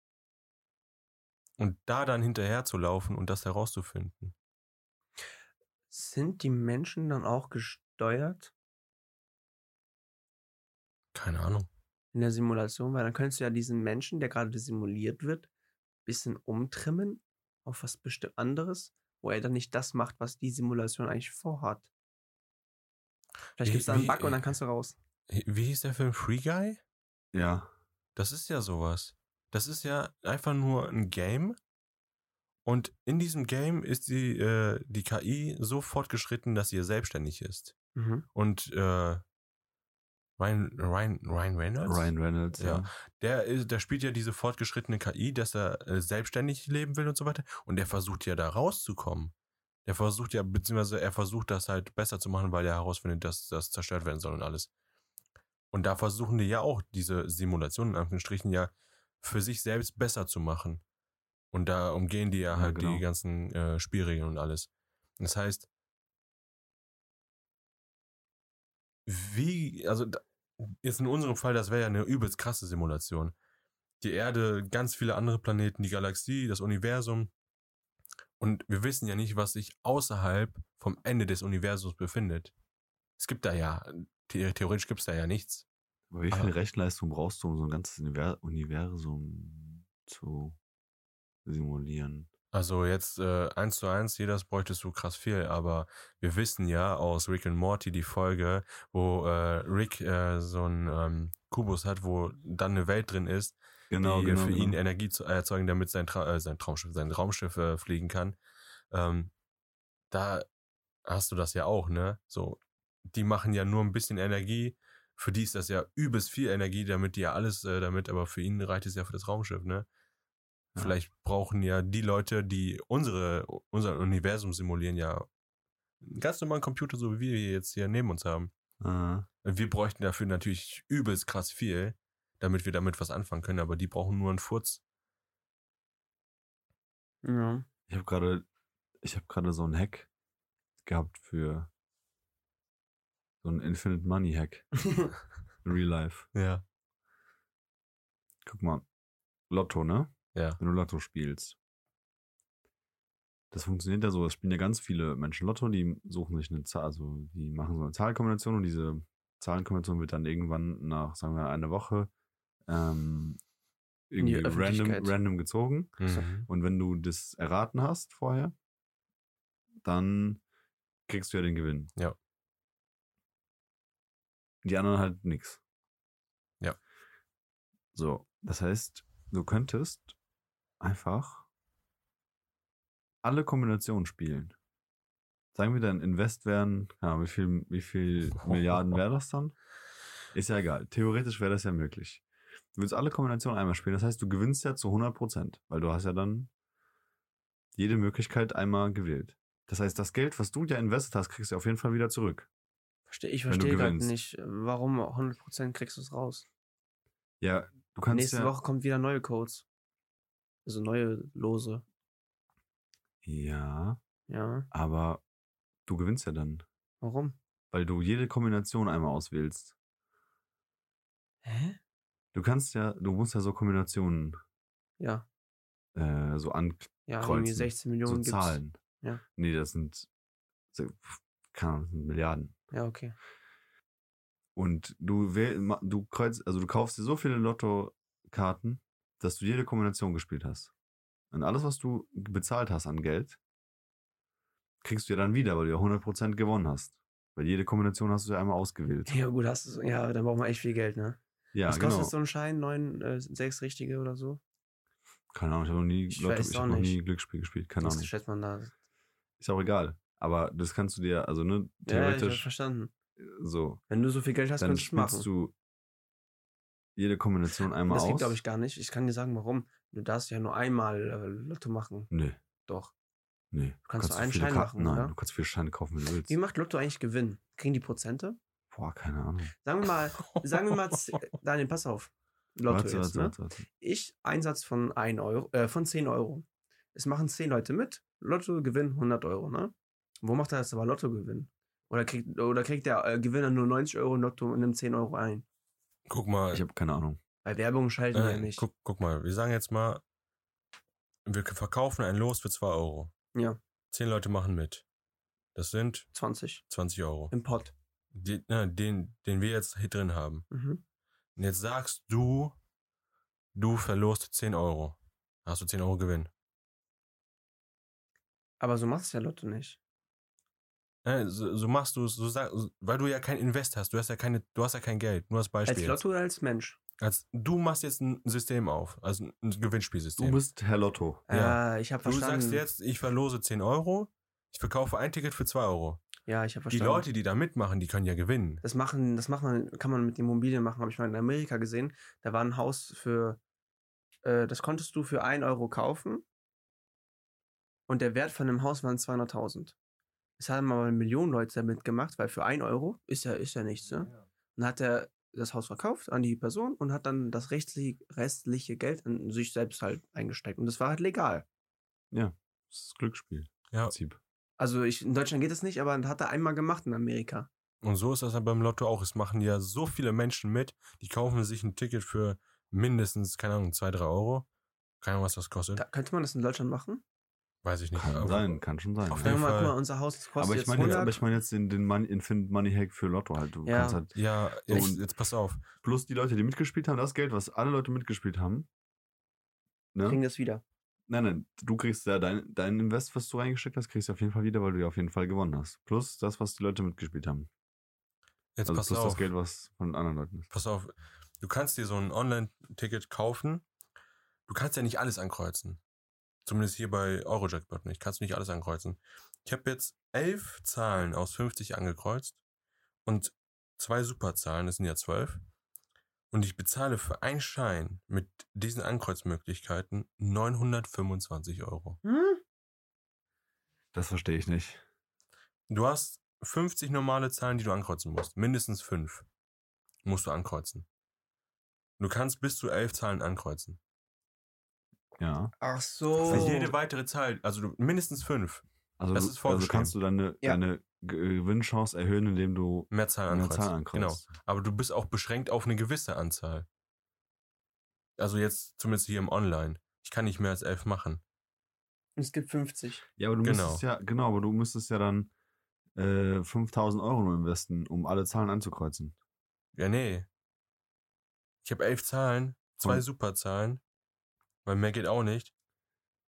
[SPEAKER 2] Und da dann hinterher zu laufen und das herauszufinden.
[SPEAKER 3] Sind die Menschen dann auch gesteuert
[SPEAKER 2] Keine Ahnung.
[SPEAKER 3] in der Simulation? Weil dann könntest du ja diesen Menschen, der gerade simuliert wird, bisschen umtrimmen auf was bestimmt anderes, wo er dann nicht das macht, was die Simulation eigentlich vorhat. Vielleicht
[SPEAKER 2] Wie-
[SPEAKER 3] gibt es da einen
[SPEAKER 2] wie-
[SPEAKER 1] äh,
[SPEAKER 3] Bug und dann kannst du raus.
[SPEAKER 2] Wie hieß der Film Free Guy?
[SPEAKER 1] Ja.
[SPEAKER 2] Das ist ja sowas. Das ist ja einfach nur ein Game. Und in diesem Game ist die, äh, die KI so fortgeschritten, dass sie selbstständig ist.
[SPEAKER 1] mhm.
[SPEAKER 2] Und äh, Ryan, Ryan, Ryan Reynolds,
[SPEAKER 1] Ryan Reynolds, ja.
[SPEAKER 2] Der, ist, der spielt ja diese fortgeschrittene KI, dass er äh, selbstständig leben will und so weiter. Und der versucht ja da rauszukommen. Der versucht ja, beziehungsweise er versucht das halt besser zu machen, weil er herausfindet, dass das zerstört werden soll und alles. Und da versuchen die ja auch diese Simulation in Anführungsstrichen ja für sich selbst besser zu machen. Und da umgehen die ja,
[SPEAKER 1] Ja,
[SPEAKER 2] halt
[SPEAKER 1] genau.
[SPEAKER 2] die ganzen äh, Spielregeln und alles. Das heißt, wie, also da- jetzt in unserem Fall, das wäre ja eine übelst krasse Simulation. Die Erde, ganz viele andere Planeten, die Galaxie, das Universum. Und wir wissen ja nicht, was sich außerhalb vom Ende des Universums befindet. Es gibt da ja, the- theoretisch gibt es da ja nichts.
[SPEAKER 1] Aber wie viel
[SPEAKER 2] Aber-
[SPEAKER 1] Rechenleistung brauchst du, um so ein ganzes Univer- Universum zu simulieren?
[SPEAKER 2] Also jetzt äh, eins zu eins, jedes bräuchtest du krass viel, aber wir wissen ja aus Rick and Morty die Folge, wo äh, Rick äh, so einen ähm, Kubus hat, wo dann eine Welt drin ist,
[SPEAKER 1] Genau,
[SPEAKER 2] die äh, für ihn Energie zu erzeugen, damit sein, Tra äh, sein Traumschiff, sein Raumschiff äh, fliegen kann. Ähm, da hast du das ja auch, ne? So, die machen ja nur ein bisschen Energie. Für die ist das ja übelst viel Energie, damit die ja alles äh, damit, aber für ihn reicht es ja für das Raumschiff, ne?
[SPEAKER 1] Ja.
[SPEAKER 2] Vielleicht brauchen ja die Leute, die unsere, unser Universum simulieren, ja einen ganz normalen Computer, so wie wir jetzt hier neben uns haben.
[SPEAKER 1] Aha.
[SPEAKER 2] Wir bräuchten dafür natürlich übelst krass viel, damit wir damit was anfangen können, aber die brauchen nur einen Furz.
[SPEAKER 3] Ja.
[SPEAKER 1] Ich habe gerade, ich habe gerade so einen Hack gehabt für so einen Infinite Money Hack. in Real Life.
[SPEAKER 2] Ja.
[SPEAKER 1] Guck mal, Lotto, ne?
[SPEAKER 2] Ja.
[SPEAKER 1] Wenn du Lotto spielst, das funktioniert ja so. Es spielen ja ganz viele Menschen Lotto, die suchen sich eine Zahl, also die machen so eine Zahlenkombination und diese Zahlenkombination wird dann irgendwann nach, sagen wir, einer Woche ähm,
[SPEAKER 3] die
[SPEAKER 1] irgendwie random,
[SPEAKER 3] Öffentlichkeit.
[SPEAKER 1] random gezogen.
[SPEAKER 2] Mhm.
[SPEAKER 1] Und wenn du das erraten hast vorher, dann kriegst du ja den Gewinn.
[SPEAKER 2] Ja.
[SPEAKER 1] Die anderen halt nix.
[SPEAKER 2] Ja.
[SPEAKER 1] So, das heißt, du könntest einfach alle Kombinationen spielen. Sagen wir dann, Invest wären, ja, wie viel, wie viel Milliarden wäre das dann? Ist ja egal. Theoretisch wäre das ja möglich. Du willst alle Kombinationen einmal spielen. Das heißt, du gewinnst ja zu 100%, weil du hast ja dann jede Möglichkeit einmal gewählt. Das heißt, das Geld, was du ja investiert hast, kriegst du auf jeden Fall wieder zurück.
[SPEAKER 3] Versteh, ich
[SPEAKER 1] Wenn du
[SPEAKER 3] verstehe gerade
[SPEAKER 1] gewinnst.
[SPEAKER 3] nicht, äh, warum 100% kriegst du es raus.
[SPEAKER 1] Ja, du kannst
[SPEAKER 3] Nächste
[SPEAKER 1] ja.
[SPEAKER 3] Woche kommt wieder neue Codes. Also neue Lose.
[SPEAKER 1] Ja,
[SPEAKER 3] Ja,
[SPEAKER 1] aber du gewinnst ja dann,
[SPEAKER 3] warum?
[SPEAKER 1] weil du jede Kombination einmal auswählst.
[SPEAKER 3] Hä?
[SPEAKER 1] Du kannst ja, du musst ja so Kombinationen
[SPEAKER 3] Ja,
[SPEAKER 1] äh, so an,
[SPEAKER 3] ja,
[SPEAKER 1] Kreuzen.
[SPEAKER 3] irgendwie 16
[SPEAKER 1] so
[SPEAKER 3] Millionen gibt's.
[SPEAKER 1] Zahlen.
[SPEAKER 3] Ja.
[SPEAKER 1] Nee, das sind, so, pff, keine Ahnung, das sind Milliarden.
[SPEAKER 3] Ja, okay.
[SPEAKER 1] Und du wähl, ma- du kreuz, also du kaufst dir so viele Lottokarten, dass du jede Kombination gespielt hast. Und alles, was du g- bezahlt hast an Geld, kriegst du ja dann wieder, weil du ja 100% gewonnen hast. Weil jede Kombination hast du ja einmal ausgewählt.
[SPEAKER 3] Ja, gut, hast du, ja, dann braucht man echt viel Geld, ne?
[SPEAKER 1] Ja,
[SPEAKER 3] Was kostet
[SPEAKER 1] genau.
[SPEAKER 3] so ein Schein? Neun, äh, sechs richtige oder so?
[SPEAKER 1] Keine Ahnung, ich habe noch nie
[SPEAKER 3] Ich
[SPEAKER 1] Lotto,
[SPEAKER 3] weiß
[SPEAKER 1] ich
[SPEAKER 3] auch
[SPEAKER 1] hab noch nie
[SPEAKER 3] nicht.
[SPEAKER 1] Glücksspiel gespielt, keine
[SPEAKER 3] Was
[SPEAKER 1] Ahnung.
[SPEAKER 3] schätzt man da?
[SPEAKER 1] Ist auch egal. Aber das kannst du dir, also ne,
[SPEAKER 3] Ja, ich hab
[SPEAKER 1] theoretisch
[SPEAKER 3] verstanden.
[SPEAKER 1] so.
[SPEAKER 3] Wenn du so viel Geld hast,
[SPEAKER 1] Dann
[SPEAKER 3] kannst du machen.
[SPEAKER 1] spielst du jede Kombination einmal
[SPEAKER 3] das geht,
[SPEAKER 1] aus.
[SPEAKER 3] glaube ich, gar nicht. Ich kann dir sagen, warum. Du darfst ja nur einmal äh, Lotto machen.
[SPEAKER 1] nee,
[SPEAKER 3] Doch.
[SPEAKER 1] nee. Du
[SPEAKER 3] kannst nur einen
[SPEAKER 1] viele
[SPEAKER 3] Schein
[SPEAKER 1] Karten-
[SPEAKER 3] machen,
[SPEAKER 1] Nein,
[SPEAKER 3] oder?
[SPEAKER 1] du kannst viele Scheine kaufen, wenn du willst.
[SPEAKER 3] Wie macht Lotto eigentlich Gewinn? Kriegen die Prozente?
[SPEAKER 1] Boah, keine Ahnung.
[SPEAKER 3] Sagen wir mal, sagen wir mal, z- äh, Daniel, pass auf. Lotto
[SPEAKER 1] warte,
[SPEAKER 3] jetzt,
[SPEAKER 1] warte,
[SPEAKER 3] ne?
[SPEAKER 1] warte, warte.
[SPEAKER 3] Ich, Einsatz von 1 Euro, äh, von 10 Euro. Es machen 10 Leute mit. Lotto Gewinn 100 Euro, ne? Wo macht er das aber Lotto Gewinn? Oder kriegt, oder kriegt der äh, Gewinner nur 90 Euro und Lotto und nimmt 10 Euro ein?
[SPEAKER 2] Guck mal,
[SPEAKER 1] Ich habe keine Ahnung.
[SPEAKER 3] Bei Werbung schalten wir ja
[SPEAKER 2] äh,
[SPEAKER 3] nicht.
[SPEAKER 2] guck, guck mal, wir sagen jetzt mal, wir verkaufen ein Los für 2 Euro.
[SPEAKER 3] Ja.
[SPEAKER 2] Zehn Leute machen mit. Das sind
[SPEAKER 3] 20
[SPEAKER 2] 20 Euro.
[SPEAKER 3] im Pott.
[SPEAKER 2] Die, na, den, den wir jetzt hier drin haben.
[SPEAKER 3] Mhm.
[SPEAKER 2] Und jetzt sagst du, du verlost 10 Euro. Hast du 10 Euro Gewinn.
[SPEAKER 3] Aber so macht es ja Lotto nicht.
[SPEAKER 2] Äh, so, so machst du es, so sag- weil du ja kein Invest hast, du hast ja keine, du hast ja kein Geld, nur als Beispiel.
[SPEAKER 3] Als Lotto oder als Mensch?
[SPEAKER 2] jetzt. als, du machst jetzt ein System auf, also ein
[SPEAKER 1] Du
[SPEAKER 2] Gewinnspielsystem.
[SPEAKER 1] bist Herr Lotto.
[SPEAKER 2] Ja.
[SPEAKER 3] Ah, ich habe
[SPEAKER 2] du
[SPEAKER 3] verstanden.
[SPEAKER 2] sagst jetzt, ich verlose 10 Euro, ich verkaufe ein Ticket für 2 Euro.
[SPEAKER 3] ja, ich habe
[SPEAKER 2] Die
[SPEAKER 3] verstanden.
[SPEAKER 2] Leute, die da mitmachen, die können ja gewinnen.
[SPEAKER 3] Das machen, das macht man, kann man mit Immobilien machen, habe ich mal in Amerika gesehen. Da war ein Haus für, äh, das konntest du für 1 Euro kaufen und der Wert von dem Haus waren 200.000. Es haben aber eine Million Leute da mitgemacht, weil für 1 Euro ist ja, ist ja nichts. Ne? Und hat er das Haus verkauft an die Person und hat dann das rechtli- restliche Geld in sich selbst halt eingesteckt. Und das war halt legal.
[SPEAKER 1] Das ist Glücksspiel.
[SPEAKER 2] Ja.
[SPEAKER 1] Prinzip.
[SPEAKER 3] Also ich, in Deutschland geht das nicht, aber das hat er einmal gemacht in Amerika.
[SPEAKER 2] Und so ist das ja beim Lotto auch. Es machen ja so viele Menschen mit, die kaufen sich ein Ticket für mindestens, keine Ahnung, 2, 3 Euro. Keine Ahnung, was das kostet.
[SPEAKER 3] Da, könnte man das in Deutschland machen?
[SPEAKER 2] Weiß ich nicht.
[SPEAKER 1] Kann
[SPEAKER 2] aber-
[SPEAKER 1] sein, kann schon sein.
[SPEAKER 2] Auf
[SPEAKER 1] ja.
[SPEAKER 3] Sagen wir mal,
[SPEAKER 2] Fall.
[SPEAKER 3] guck mal, unser Haus kostet
[SPEAKER 1] Aber ich
[SPEAKER 3] jetzt
[SPEAKER 1] meine jetzt,
[SPEAKER 3] 100.
[SPEAKER 1] aber ich meine jetzt den, den Money, Infinite Money Hack für Lotto halt. Du
[SPEAKER 3] Ja.
[SPEAKER 1] kannst halt
[SPEAKER 2] Ja,
[SPEAKER 1] So,
[SPEAKER 2] jetzt,
[SPEAKER 1] und-
[SPEAKER 2] jetzt pass auf.
[SPEAKER 1] plus die Leute, die mitgespielt haben, das Geld, was alle Leute mitgespielt haben. Ne?
[SPEAKER 3] kriegen das wieder.
[SPEAKER 1] Nein, nein, du kriegst ja dein, dein Invest, was du reingesteckt hast, kriegst du auf jeden Fall wieder, weil du ja auf jeden Fall gewonnen hast. Plus das, was die Leute mitgespielt haben.
[SPEAKER 2] Jetzt
[SPEAKER 1] also
[SPEAKER 2] pass
[SPEAKER 1] plus
[SPEAKER 2] auf.
[SPEAKER 1] das Geld, was von anderen Leuten ist.
[SPEAKER 2] Pass auf. Du kannst dir so ein Online-Ticket kaufen. Du kannst ja nicht alles ankreuzen. Zumindest hier bei Eurojackpot nicht. Kannst du nicht alles ankreuzen. Ich habe jetzt elf Zahlen aus 50 angekreuzt und zwei Superzahlen, das sind ja zwölf. Und ich bezahle für einen Schein mit diesen Ankreuzmöglichkeiten 925 Euro.
[SPEAKER 3] Hm?
[SPEAKER 1] Das verstehe ich nicht.
[SPEAKER 2] Du hast 50 normale Zahlen, die du ankreuzen musst. Mindestens fünf musst du ankreuzen. Du kannst bis zu elf Zahlen ankreuzen.
[SPEAKER 1] Ja.
[SPEAKER 3] Ach so.
[SPEAKER 1] Oh.
[SPEAKER 2] Für jede weitere Zahl, also du, mindestens fünf,
[SPEAKER 1] Also,
[SPEAKER 2] Das
[SPEAKER 1] du-
[SPEAKER 2] ist
[SPEAKER 1] also kannst du deine,
[SPEAKER 3] Ja.
[SPEAKER 1] deine äh, Gewinnchance erhöhen, indem du
[SPEAKER 2] mehr Zahlen
[SPEAKER 1] mehr
[SPEAKER 2] ankreuzen.
[SPEAKER 1] Zahlen ankreuzt.
[SPEAKER 2] Genau. Aber du bist auch beschränkt auf eine gewisse Anzahl. Also jetzt zumindest hier im Online. Ich kann nicht mehr als elf machen.
[SPEAKER 3] Und es gibt 50.
[SPEAKER 1] Ja, aber du
[SPEAKER 2] Genau.
[SPEAKER 1] müsstest ja, genau, aber du müsstest ja dann äh, 5000 Euro nur investen, um alle Zahlen anzukreuzen.
[SPEAKER 2] Ja, nee. Ich habe elf Zahlen, zwei
[SPEAKER 1] Und-
[SPEAKER 2] Superzahlen, weil mehr geht auch nicht.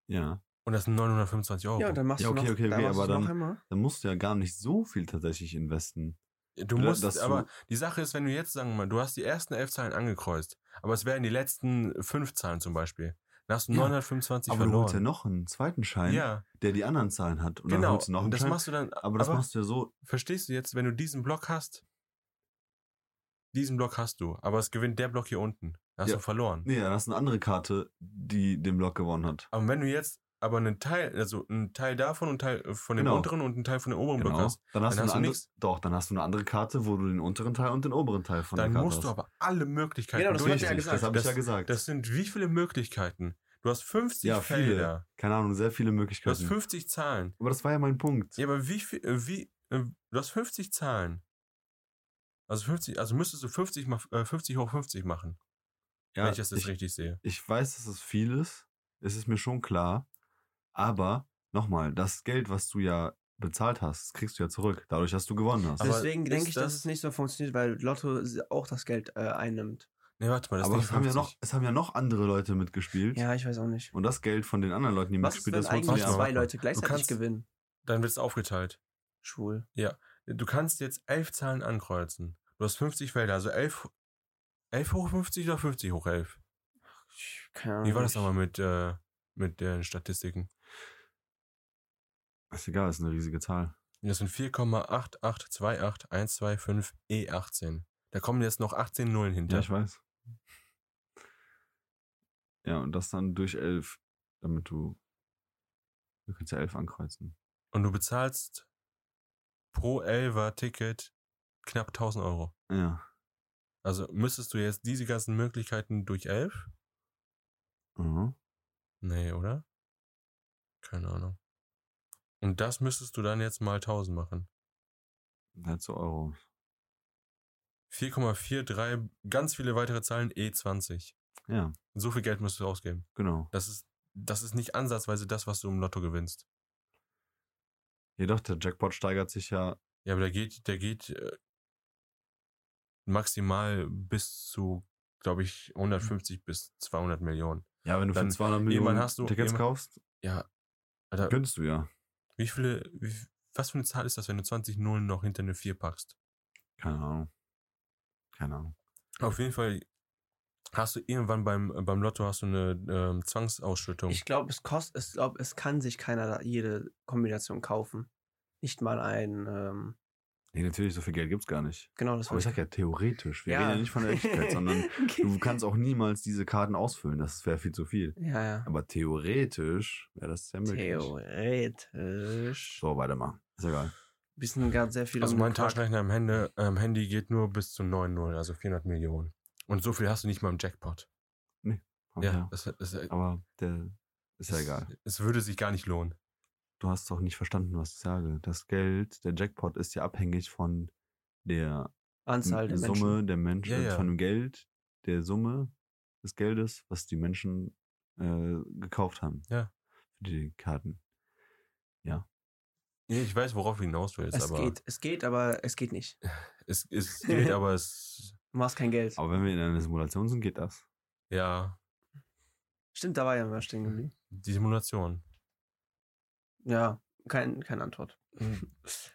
[SPEAKER 1] Ja.
[SPEAKER 2] Und das sind 925 Euro.
[SPEAKER 3] Ja, und dann machst
[SPEAKER 1] Oh, Ja,
[SPEAKER 3] du
[SPEAKER 1] okay,
[SPEAKER 3] noch,
[SPEAKER 1] okay,
[SPEAKER 3] dann
[SPEAKER 1] okay,
[SPEAKER 3] machst
[SPEAKER 1] aber
[SPEAKER 3] du noch
[SPEAKER 1] dann-
[SPEAKER 3] einmal.
[SPEAKER 1] Dann musst du ja gar nicht so viel tatsächlich investen.
[SPEAKER 2] du
[SPEAKER 1] Oder
[SPEAKER 2] musst,
[SPEAKER 1] dass du-
[SPEAKER 2] aber die Sache ist, wenn du jetzt, sagen wir mal, du hast die ersten elf Zahlen angekreuzt, aber es wären die letzten fünf Zahlen zum Beispiel. Dann hast du
[SPEAKER 1] Ja,
[SPEAKER 2] 925
[SPEAKER 1] aber du holst ja
[SPEAKER 2] verloren.
[SPEAKER 1] noch einen zweiten Schein,
[SPEAKER 2] ja,
[SPEAKER 1] der die anderen Zahlen hat. Und dann
[SPEAKER 2] genau.
[SPEAKER 1] holst du noch einen
[SPEAKER 2] das
[SPEAKER 1] Schein.
[SPEAKER 2] machst du dann.
[SPEAKER 1] aber das machst du ja so.
[SPEAKER 2] verstehst du jetzt, wenn du diesen Block hast, diesen Block hast du, aber es gewinnt der Block hier unten. Dann hast
[SPEAKER 1] Ja.
[SPEAKER 2] du verloren.
[SPEAKER 1] Nee, dann hast du eine andere Karte, die den Block gewonnen hat.
[SPEAKER 2] Aber wenn du jetzt aber einen Teil, also einen Teil davon und einen Teil äh, von dem
[SPEAKER 1] Genau.
[SPEAKER 2] unteren und einen Teil von dem oberen Block hast,
[SPEAKER 1] Dann hast
[SPEAKER 2] Dann
[SPEAKER 1] du eine
[SPEAKER 2] hast du
[SPEAKER 1] andere,
[SPEAKER 2] nix.
[SPEAKER 1] doch, dann hast du eine andere Karte, wo du den unteren Teil und den oberen Teil von
[SPEAKER 2] dann
[SPEAKER 1] der Karte
[SPEAKER 2] musst du
[SPEAKER 1] hast.
[SPEAKER 2] aber alle Möglichkeiten
[SPEAKER 3] Genau, das hab ich ja
[SPEAKER 1] Richtig,
[SPEAKER 3] gesagt.
[SPEAKER 1] das habe ich ja gesagt.
[SPEAKER 2] das sind wie viele Möglichkeiten? Du hast 50
[SPEAKER 1] Ja, viele.
[SPEAKER 2] Felder.
[SPEAKER 1] Keine Ahnung, sehr viele
[SPEAKER 2] Du hast
[SPEAKER 1] Möglichkeiten.
[SPEAKER 2] 50 Zahlen.
[SPEAKER 1] Aber das war ja mein Punkt.
[SPEAKER 2] Ja, aber wie viel, äh, wie, äh, du hast 50 Zahlen. Also 50, also müsstest du 50 mal, äh, 50 hoch 50 machen,
[SPEAKER 1] Ja,
[SPEAKER 2] wenn ich das jetzt
[SPEAKER 1] ich,
[SPEAKER 2] richtig sehe.
[SPEAKER 1] ich weiß, dass es viel ist. Es ist mir schon klar. Aber nochmal, das Geld, was du ja bezahlt hast, das kriegst du ja zurück, dadurch, dass du gewonnen hast.
[SPEAKER 2] Aber
[SPEAKER 3] Deswegen
[SPEAKER 2] ist
[SPEAKER 3] denke ich, dass
[SPEAKER 2] das-
[SPEAKER 3] es nicht so funktioniert, weil Lotto auch das Geld äh, einnimmt.
[SPEAKER 2] Nee, Ne, warte mal, das
[SPEAKER 1] aber
[SPEAKER 2] ist nicht
[SPEAKER 1] es haben, ja
[SPEAKER 2] 50.
[SPEAKER 1] noch, es haben ja noch andere Leute mitgespielt.
[SPEAKER 3] Ja, ich weiß auch nicht.
[SPEAKER 1] Und das Geld von den anderen Leuten, die
[SPEAKER 3] Was ist,
[SPEAKER 1] mitgespielt
[SPEAKER 3] wenn
[SPEAKER 1] haben, Hm, das wolltest du
[SPEAKER 3] eigentlich
[SPEAKER 2] Warte
[SPEAKER 1] ja.
[SPEAKER 2] mal,
[SPEAKER 3] zwei
[SPEAKER 2] warte mal.
[SPEAKER 3] Leute gleichzeitig
[SPEAKER 2] kannst-
[SPEAKER 3] gewinnen?
[SPEAKER 2] Dann wird es aufgeteilt.
[SPEAKER 3] Schwul.
[SPEAKER 2] Du kannst jetzt elf Zahlen ankreuzen. Du hast 50 Felder, also 11, 11 hoch 50 oder 50 hoch 11?
[SPEAKER 3] Ich- Keine Ahnung.
[SPEAKER 2] Wie war das nochmal mit, äh, mit den Statistiken?
[SPEAKER 1] Ist egal, ist eine riesige Zahl.
[SPEAKER 2] Das sind 4,8828125 E18. E Da kommen jetzt noch 18 Nullen hinter.
[SPEAKER 1] Ja, ich weiß. Ja, und das dann durch elf, damit du. Du kannst ja elf ankreuzen.
[SPEAKER 2] Und du bezahlst pro 11er Ticket knapp 1000 Euro.
[SPEAKER 1] Ja.
[SPEAKER 2] Also müsstest du jetzt diese ganzen Möglichkeiten durch 11?
[SPEAKER 1] Mhm.
[SPEAKER 2] Nee, oder? Keine Ahnung. Und das müsstest du dann jetzt mal 1000 machen.
[SPEAKER 1] Halt so Euro.
[SPEAKER 2] 4,43, ganz viele weitere Zahlen, E20.
[SPEAKER 1] Ja,
[SPEAKER 2] So viel Geld musst du ausgeben.
[SPEAKER 1] genau.
[SPEAKER 2] Das ist, das ist nicht ansatzweise das, was du im Lotto gewinnst.
[SPEAKER 1] Jedoch, der Jackpot steigert sich ja
[SPEAKER 2] Ja, aber der geht, der geht äh, maximal bis zu, glaube ich, 150 bis 200 Millionen.
[SPEAKER 1] Ja, wenn du
[SPEAKER 2] Dann
[SPEAKER 1] für 200 Millionen
[SPEAKER 2] irgendwann hast du-
[SPEAKER 1] Tickets
[SPEAKER 2] irgendwann-
[SPEAKER 1] kaufst,
[SPEAKER 2] Ja, Alter,
[SPEAKER 1] könntest du ja.
[SPEAKER 2] wie viele, wie, was für eine Zahl ist das, wenn du 20 Nullen noch hinter eine 4 packst?
[SPEAKER 1] Keine Ahnung. Keine Ahnung.
[SPEAKER 2] Auf jeden Fall hast du irgendwann beim, beim Lotto hast du eine ähm, Zwangsausschüttung.
[SPEAKER 3] Ich glaube, es kostet, ich glaube, es kann sich keiner da jede Kombination kaufen. Nicht mal ein, ähm,
[SPEAKER 1] Nee, natürlich, so viel Geld gibt's gar nicht.
[SPEAKER 3] genau das
[SPEAKER 1] Aber ich
[SPEAKER 3] wollte
[SPEAKER 1] sag ja theoretisch. Wir
[SPEAKER 3] Ja.
[SPEAKER 1] reden ja nicht von der Echtheit, sondern
[SPEAKER 3] Okay.
[SPEAKER 1] du kannst auch niemals diese Karten ausfüllen. Das wäre viel zu viel.
[SPEAKER 3] Ja, ja.
[SPEAKER 1] Aber theoretisch wäre das ja möglich.
[SPEAKER 3] Theoretisch.
[SPEAKER 1] So, weitermachen. Ist egal.
[SPEAKER 3] Wir sind gerade sehr viel um
[SPEAKER 2] Also
[SPEAKER 1] um
[SPEAKER 3] am
[SPEAKER 2] mein
[SPEAKER 3] Quark.
[SPEAKER 2] Taschenrechner am Handy, am Handy geht nur bis zu 9 Null, also 400 Millionen. Und so viel hast du nicht mal im Jackpot.
[SPEAKER 1] Okay.
[SPEAKER 2] Ja, das, das, ist
[SPEAKER 1] Aber der ist ja egal.
[SPEAKER 2] Es würde sich gar nicht lohnen.
[SPEAKER 1] Du hast doch nicht verstanden, was ich sage. Das Geld, der Jackpot ist ja abhängig von der
[SPEAKER 3] Anzahl der
[SPEAKER 1] Hm, Summe
[SPEAKER 3] Menschen.
[SPEAKER 1] der Menschen,
[SPEAKER 2] Ja,
[SPEAKER 1] also
[SPEAKER 2] ja.
[SPEAKER 1] von dem Geld, der Summe des Geldes, was die Menschen äh, gekauft haben.
[SPEAKER 2] Ja.
[SPEAKER 1] Für die Karten.
[SPEAKER 2] Ja, ich weiß, worauf du hinaus willst,
[SPEAKER 3] Es
[SPEAKER 2] aber
[SPEAKER 3] geht, es geht, aber es geht nicht.
[SPEAKER 2] Es, es geht, aber es
[SPEAKER 3] Du machst kein Geld.
[SPEAKER 1] Aber wenn wir in einer Simulation sind, geht das.
[SPEAKER 2] ja
[SPEAKER 3] Stimmt, da war ja immer stehen geblieben.
[SPEAKER 2] die Simulation.
[SPEAKER 1] Mhm.
[SPEAKER 3] Ja, kein, keine Antwort.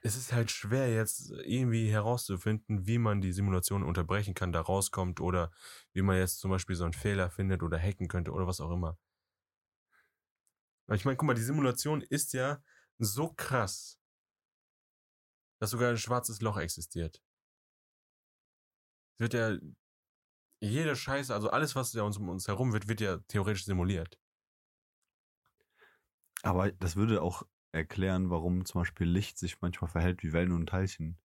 [SPEAKER 2] Es ist halt schwer jetzt irgendwie herauszufinden, wie man die Simulation unterbrechen kann, da rauskommt oder wie man jetzt zum Beispiel so einen Fehler findet oder hacken könnte oder was auch immer. Aber ich meine, guck mal, die Simulation ist ja so krass, dass sogar ein schwarzes Loch existiert. Es wird ja jede Scheiße, also alles, was ja uns um uns herum wird, wird ja theoretisch simuliert.
[SPEAKER 1] Aber das würde auch erklären, warum zum Beispiel Licht sich manchmal verhält wie Wellen und Teilchen.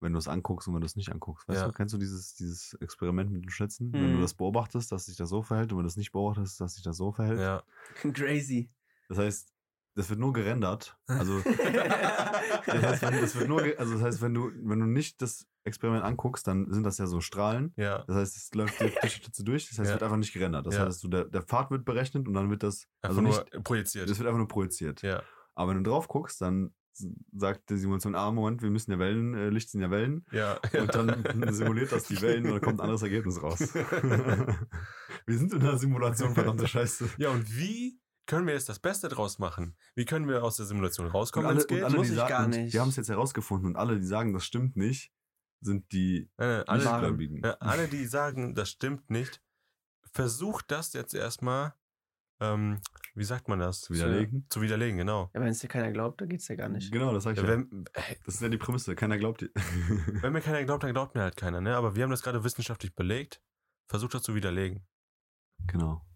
[SPEAKER 1] Wenn du es anguckst und wenn du es nicht anguckst. Weißt
[SPEAKER 2] Ja.
[SPEAKER 1] du, kennst du dieses, dieses Experiment mit den Schätzen? Wenn du
[SPEAKER 3] Mhm.
[SPEAKER 1] das Halt. beobachtest, dass sich das so verhält und wenn du es nicht beobachtest, dass sich das so verhält.
[SPEAKER 2] Ja,
[SPEAKER 3] Crazy.
[SPEAKER 1] Das heißt, das wird nur gerendert. Also das heißt, wenn, das wird nur, ge- also das heißt, wenn du, wenn du nicht das Experiment anguckst, dann sind das ja so Strahlen.
[SPEAKER 2] Ja,
[SPEAKER 1] Das heißt, es läuft die Stütze durch, das heißt, es
[SPEAKER 2] Ja.
[SPEAKER 1] wird einfach nicht gerendert. Das
[SPEAKER 2] Ja.
[SPEAKER 1] heißt, du, der, der Pfad wird berechnet und dann wird das,
[SPEAKER 2] einfach
[SPEAKER 1] also nicht,
[SPEAKER 2] nur projiziert.
[SPEAKER 1] das wird einfach nur projiziert.
[SPEAKER 2] ja,
[SPEAKER 1] Aber wenn du drauf guckst, dann s- sagt die Simulation, ah, Moment, wir müssen ja Wellen, äh, Licht sind ja Wellen.
[SPEAKER 2] ja.
[SPEAKER 1] Und dann simuliert das die Wellen und dann kommt ein anderes Ergebnis raus. wir sind in einer Simulation, verdammte Scheiße.
[SPEAKER 2] ja, und wie können wir jetzt das Beste draus machen? Wie können wir aus der Simulation rauskommen,
[SPEAKER 1] und
[SPEAKER 2] wenn's
[SPEAKER 1] alle, und alle
[SPEAKER 3] Muss
[SPEAKER 1] die
[SPEAKER 3] ich
[SPEAKER 1] sagen,
[SPEAKER 3] gar
[SPEAKER 1] und
[SPEAKER 3] nicht.
[SPEAKER 1] wir haben es jetzt herausgefunden und alle, die sagen, das stimmt nicht, sind die
[SPEAKER 2] Äh, alle,
[SPEAKER 3] Wahr.
[SPEAKER 1] Nichtgläubigen.
[SPEAKER 2] Ja, alle, die sagen, das stimmt nicht, versucht das jetzt erstmal, ähm, wie sagt man das?
[SPEAKER 1] Zu widerlegen?
[SPEAKER 2] Zu, zu widerlegen, genau.
[SPEAKER 3] Ja, wenn es dir keiner glaubt, dann geht's ja gar nicht.
[SPEAKER 1] Genau, das sag ich ja.
[SPEAKER 2] Wenn, äh,
[SPEAKER 1] Das ist ja die Prämisse, keiner glaubt dir.
[SPEAKER 2] wenn mir keiner glaubt, dann glaubt mir halt keiner, ne? Aber wir haben das gerade wissenschaftlich belegt. Versucht das zu widerlegen.
[SPEAKER 1] genau.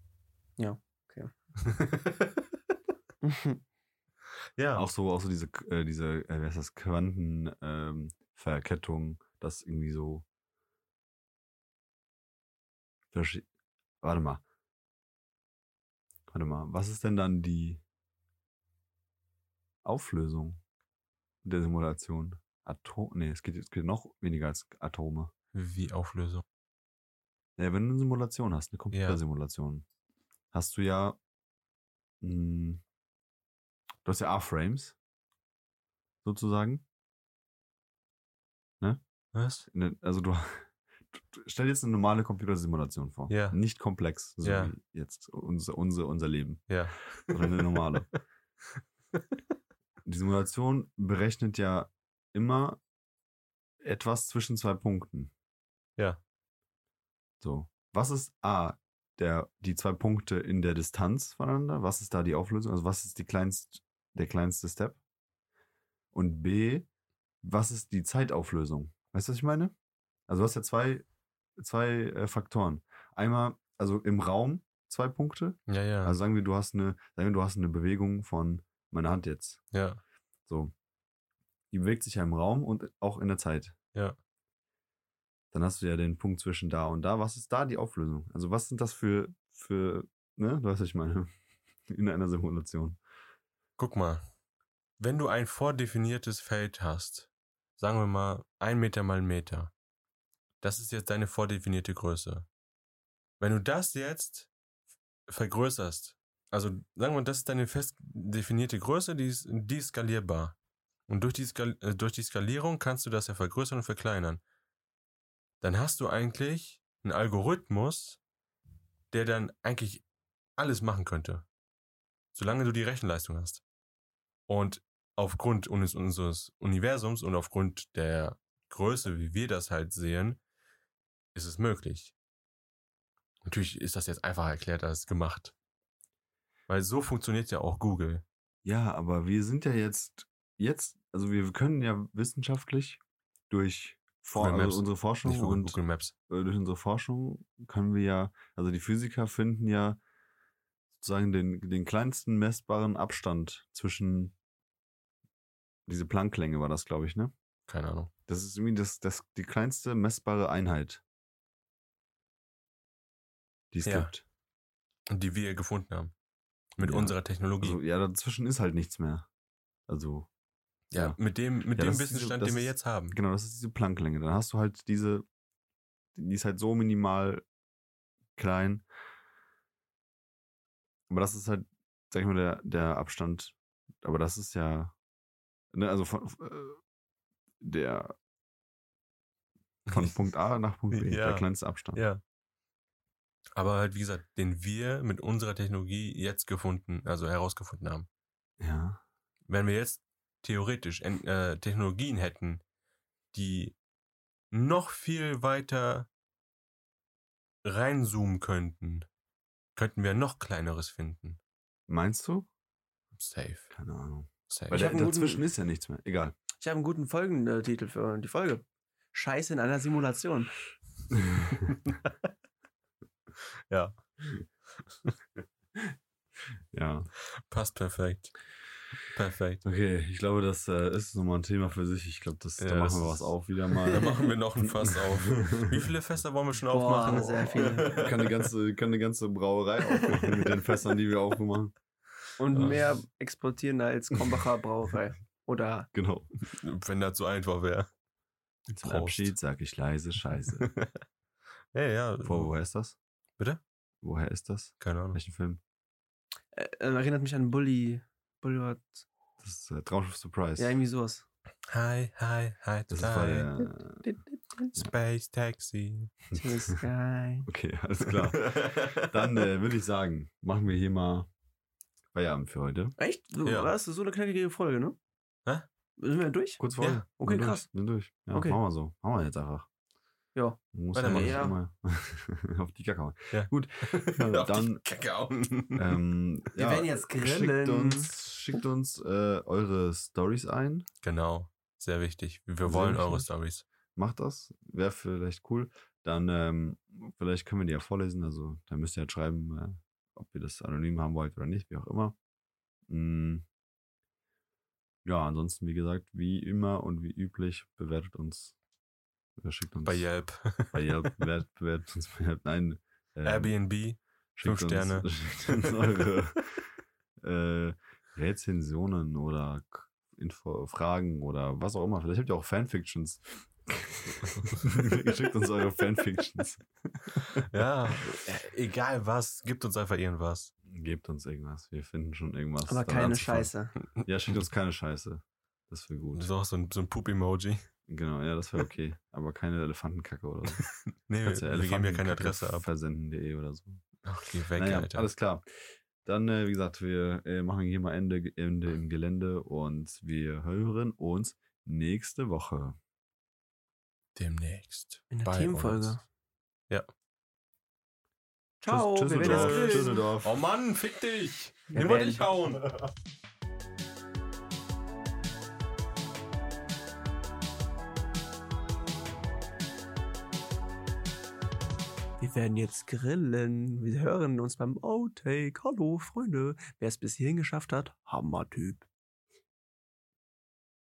[SPEAKER 2] ja.
[SPEAKER 1] Auch so, auch so diese, äh, diese äh, wie heißt das, Quantenverkettung, ähm, Verkettung, das irgendwie so. Verschi- Warte mal. Warte mal, was ist denn dann die Auflösung der Simulation? Atom. Nee, es geht, es geht noch weniger als Atome.
[SPEAKER 2] Wie Auflösung.
[SPEAKER 1] Ja, wenn du eine Simulation hast, eine Computersimulation, hast du ja. Mh, du hast ja A-Frames. Sozusagen.
[SPEAKER 2] Was?
[SPEAKER 1] Ne, Also du. du- Stell dir jetzt eine normale Computersimulation vor.
[SPEAKER 2] Ja.
[SPEAKER 1] Nicht komplex, so
[SPEAKER 2] Ja.
[SPEAKER 1] wie jetzt unser, unser, unser Leben.
[SPEAKER 2] Ja.
[SPEAKER 1] Sondern eine normale. Die Simulation berechnet ja immer etwas zwischen zwei Punkten.
[SPEAKER 2] Ja.
[SPEAKER 1] So. Was ist A, der, die zwei Punkte in der Distanz voneinander? Was ist da die Auflösung? Also, was ist die kleinst, der kleinste Step? Und B, was ist die Zeitauflösung? Weißt du, was ich meine? Also, du hast ja zwei, zwei äh, Faktoren. Einmal, also im Raum zwei Punkte.
[SPEAKER 2] Ja, ja.
[SPEAKER 1] Also, sagen wir, du hast eine, sagen wir, du hast eine Bewegung von meiner Hand jetzt.
[SPEAKER 2] ja.
[SPEAKER 1] So. Die bewegt sich ja im Raum und auch in der Zeit.
[SPEAKER 2] Ja.
[SPEAKER 1] Dann hast du ja den Punkt zwischen da und da. Was ist da die Auflösung? Also, was sind das für, für, ne, du weißt, was ich meine, in einer Simulation.
[SPEAKER 2] Guck mal. Wenn du ein vordefiniertes Feld hast, sagen wir mal ein Meter mal ein Meter, das ist jetzt deine vordefinierte Größe. Wenn du das jetzt vergrößerst, also sagen wir, das ist deine fest definierte Größe, die ist, die ist skalierbar. Und durch die, Skal äh, durch die Skalierung kannst du das ja vergrößern und verkleinern. Dann hast du eigentlich einen Algorithmus, der dann eigentlich alles machen könnte. Solange du die Rechenleistung hast. Und aufgrund uns- unseres Universums und aufgrund der Größe, wie wir das halt sehen, ist es möglich. Natürlich ist das jetzt einfacher erklärt als gemacht. Weil so funktioniert ja auch Google.
[SPEAKER 1] Ja, aber wir sind ja jetzt, jetzt, also wir können ja wissenschaftlich durch For
[SPEAKER 2] Google Maps.
[SPEAKER 1] also unsere Forschung
[SPEAKER 2] Nicht Google,
[SPEAKER 1] und
[SPEAKER 2] Google Maps.
[SPEAKER 1] äh, durch unsere Forschung können wir ja, also die Physiker finden ja sozusagen den, den kleinsten messbaren Abstand zwischen diese Plancklänge war das, glaube ich, ne?
[SPEAKER 2] Keine Ahnung.
[SPEAKER 1] Das ist irgendwie das, das, die kleinste messbare Einheit, die es
[SPEAKER 2] Ja.
[SPEAKER 1] gibt.
[SPEAKER 2] Die wir gefunden haben. Mit
[SPEAKER 1] Ja.
[SPEAKER 2] unserer Technologie.
[SPEAKER 1] Also, ja, dazwischen ist halt nichts mehr. Also,
[SPEAKER 2] ja.
[SPEAKER 1] ja.
[SPEAKER 2] Mit dem, mit
[SPEAKER 1] Ja,
[SPEAKER 2] dem
[SPEAKER 1] das ist so-
[SPEAKER 2] Wissensstand,
[SPEAKER 1] das
[SPEAKER 2] den wir
[SPEAKER 1] ist-
[SPEAKER 2] jetzt haben.
[SPEAKER 1] genau, das ist diese Plancklänge. Dann hast du halt diese, die ist halt so minimal klein. Aber das ist halt, sag ich mal, der, der Abstand. Aber das ist ja, ne, also von, äh, der, von Punkt A nach Punkt B,
[SPEAKER 2] Ja.
[SPEAKER 1] der kleinste Abstand.
[SPEAKER 2] Ja. Aber halt, wie gesagt, den wir mit unserer Technologie jetzt gefunden, also herausgefunden haben.
[SPEAKER 1] ja.
[SPEAKER 2] wenn wir jetzt theoretisch en- äh, Technologien hätten, die noch viel weiter reinzoomen könnten, könnten wir noch kleineres finden.
[SPEAKER 1] Meinst du?
[SPEAKER 2] Safe.
[SPEAKER 1] Keine Ahnung.
[SPEAKER 2] Safe.
[SPEAKER 1] Weil
[SPEAKER 3] Ich
[SPEAKER 1] da,
[SPEAKER 3] hab einen guten-
[SPEAKER 1] dazwischen ist ja nichts mehr. Egal.
[SPEAKER 3] Ich habe einen guten Folgentitel für die Folge. Scheiße in einer Simulation.
[SPEAKER 2] ja.
[SPEAKER 1] ja.
[SPEAKER 2] Passt perfekt. Perfekt.
[SPEAKER 1] Okay, ich glaube, das äh, ist nochmal ein Thema für sich. Ich glaube, das,
[SPEAKER 2] Ja,
[SPEAKER 1] da machen
[SPEAKER 2] das
[SPEAKER 1] wir was
[SPEAKER 2] ist-
[SPEAKER 1] auf wieder mal.
[SPEAKER 2] Da machen wir noch ein Fass auf. Wie viele Fässer wollen wir schon aufmachen?
[SPEAKER 3] Boah, sehr viele.
[SPEAKER 1] kann eine ganze, kann eine ganze Brauerei aufmachen mit den Fässern, die wir aufmachen.
[SPEAKER 3] Und
[SPEAKER 2] Ah.
[SPEAKER 3] mehr exportieren als Kombacher Brauerei. Oder
[SPEAKER 1] Genau.
[SPEAKER 2] Wenn das so einfach wäre.
[SPEAKER 1] Zum
[SPEAKER 2] Prost.
[SPEAKER 1] Abschied sage ich leise Scheiße.
[SPEAKER 2] Ja, ja.
[SPEAKER 1] Boah, woher ist das?
[SPEAKER 2] Bitte?
[SPEAKER 1] Woher ist das?
[SPEAKER 2] Keine Ahnung.
[SPEAKER 1] Welchen Film?
[SPEAKER 3] äh, äh, erinnert mich an Bully. Bullyward.
[SPEAKER 1] Das ist äh, Traumschiff Surprise.
[SPEAKER 3] Ja, irgendwie sowas.
[SPEAKER 2] Hi, hi, hi,
[SPEAKER 1] das äh, war
[SPEAKER 2] hi.
[SPEAKER 1] der.
[SPEAKER 2] Space Taxi.
[SPEAKER 3] Sky.
[SPEAKER 1] Okay, alles klar. Dann äh, würde ich sagen, machen wir hier mal Feierabend für heute.
[SPEAKER 3] Echt? So,
[SPEAKER 2] Ja.
[SPEAKER 3] War das so eine knackige Folge, ne?
[SPEAKER 2] Hä?
[SPEAKER 3] Sind wir durch?
[SPEAKER 1] Kurz vor.
[SPEAKER 2] Ja,
[SPEAKER 3] okay,
[SPEAKER 1] Sind durch,
[SPEAKER 3] krass.
[SPEAKER 1] Sind durch. Ja,
[SPEAKER 3] Okay.
[SPEAKER 1] machen wir so. Machen wir jetzt einfach.
[SPEAKER 3] Ja.
[SPEAKER 1] Muss
[SPEAKER 2] Weitermachen.
[SPEAKER 1] ja,
[SPEAKER 3] Ja.
[SPEAKER 1] immer auf die Kacke hauen.
[SPEAKER 2] Ja.
[SPEAKER 1] Gut. also
[SPEAKER 2] Auf die
[SPEAKER 1] Dann,
[SPEAKER 2] Kacke hauen.
[SPEAKER 1] ähm, ja,
[SPEAKER 3] jetzt
[SPEAKER 1] schickt uns, schickt uns äh, eure Stories ein.
[SPEAKER 2] Genau, sehr wichtig. Wir wollen eure
[SPEAKER 1] wichtig.
[SPEAKER 2] Stories.
[SPEAKER 1] Macht das. Wäre vielleicht cool. Dann, ähm, vielleicht können wir die ja vorlesen. Also, da müsst ihr halt schreiben, äh, ob ihr das anonym haben wollt oder nicht, wie auch immer. Mm. Ja, ansonsten, wie gesagt, wie immer und wie üblich, bewertet uns. äh, Schickt uns
[SPEAKER 2] Bei Yelp,
[SPEAKER 1] bei Yelp, bewertet, bewertet uns bei Yelp. Nein. ähm,
[SPEAKER 2] Airbnb.
[SPEAKER 1] schickt
[SPEAKER 2] fünf Sterne.
[SPEAKER 1] Uns, schickt uns eure äh, Rezensionen oder K- Info Fragen oder was auch immer. Vielleicht habt ihr auch Fanfictions. schickt uns eure Fanfictions.
[SPEAKER 2] Ja, e- egal was, gibt uns einfach irgendwas.
[SPEAKER 1] Gebt uns irgendwas. Wir finden schon irgendwas.
[SPEAKER 3] Aber
[SPEAKER 1] daran
[SPEAKER 3] keine
[SPEAKER 1] anzufangen.
[SPEAKER 3] Scheiße.
[SPEAKER 1] Ja, schickt uns keine Scheiße. Das wäre gut.
[SPEAKER 2] So, so ein, so ein Poop-Emoji.
[SPEAKER 1] Genau, ja, das wäre okay. Aber keine Elefantenkacke oder so.
[SPEAKER 2] Nee, wir,
[SPEAKER 1] Kannst ja
[SPEAKER 2] wir geben ja keine
[SPEAKER 1] Elefantenkacke
[SPEAKER 2] Adresse ab.
[SPEAKER 1] Versenden.de oder so.
[SPEAKER 2] Ach, geh weg,
[SPEAKER 1] Naja,
[SPEAKER 2] Alter.
[SPEAKER 1] alles klar. Dann, äh, wie gesagt, wir äh, machen hier mal Ende, Ende im Gelände und wir hören uns nächste Woche.
[SPEAKER 2] Demnächst.
[SPEAKER 3] In der
[SPEAKER 2] Bei
[SPEAKER 3] Themenfolge.
[SPEAKER 2] uns.
[SPEAKER 3] Ciao,
[SPEAKER 1] Tschüss-
[SPEAKER 3] wir
[SPEAKER 1] Tschüsseldorf.
[SPEAKER 3] werden es lösen.
[SPEAKER 1] Tschüsseldorf.
[SPEAKER 2] Oh Mann, fick dich!
[SPEAKER 3] Wir
[SPEAKER 2] Den wollte
[SPEAKER 3] werden-
[SPEAKER 2] ich hauen!
[SPEAKER 3] Wir werden jetzt grillen. Wir hören uns beim Outtake. Hallo, Freunde. Wer es bis hierhin geschafft hat, Hammer-Typ.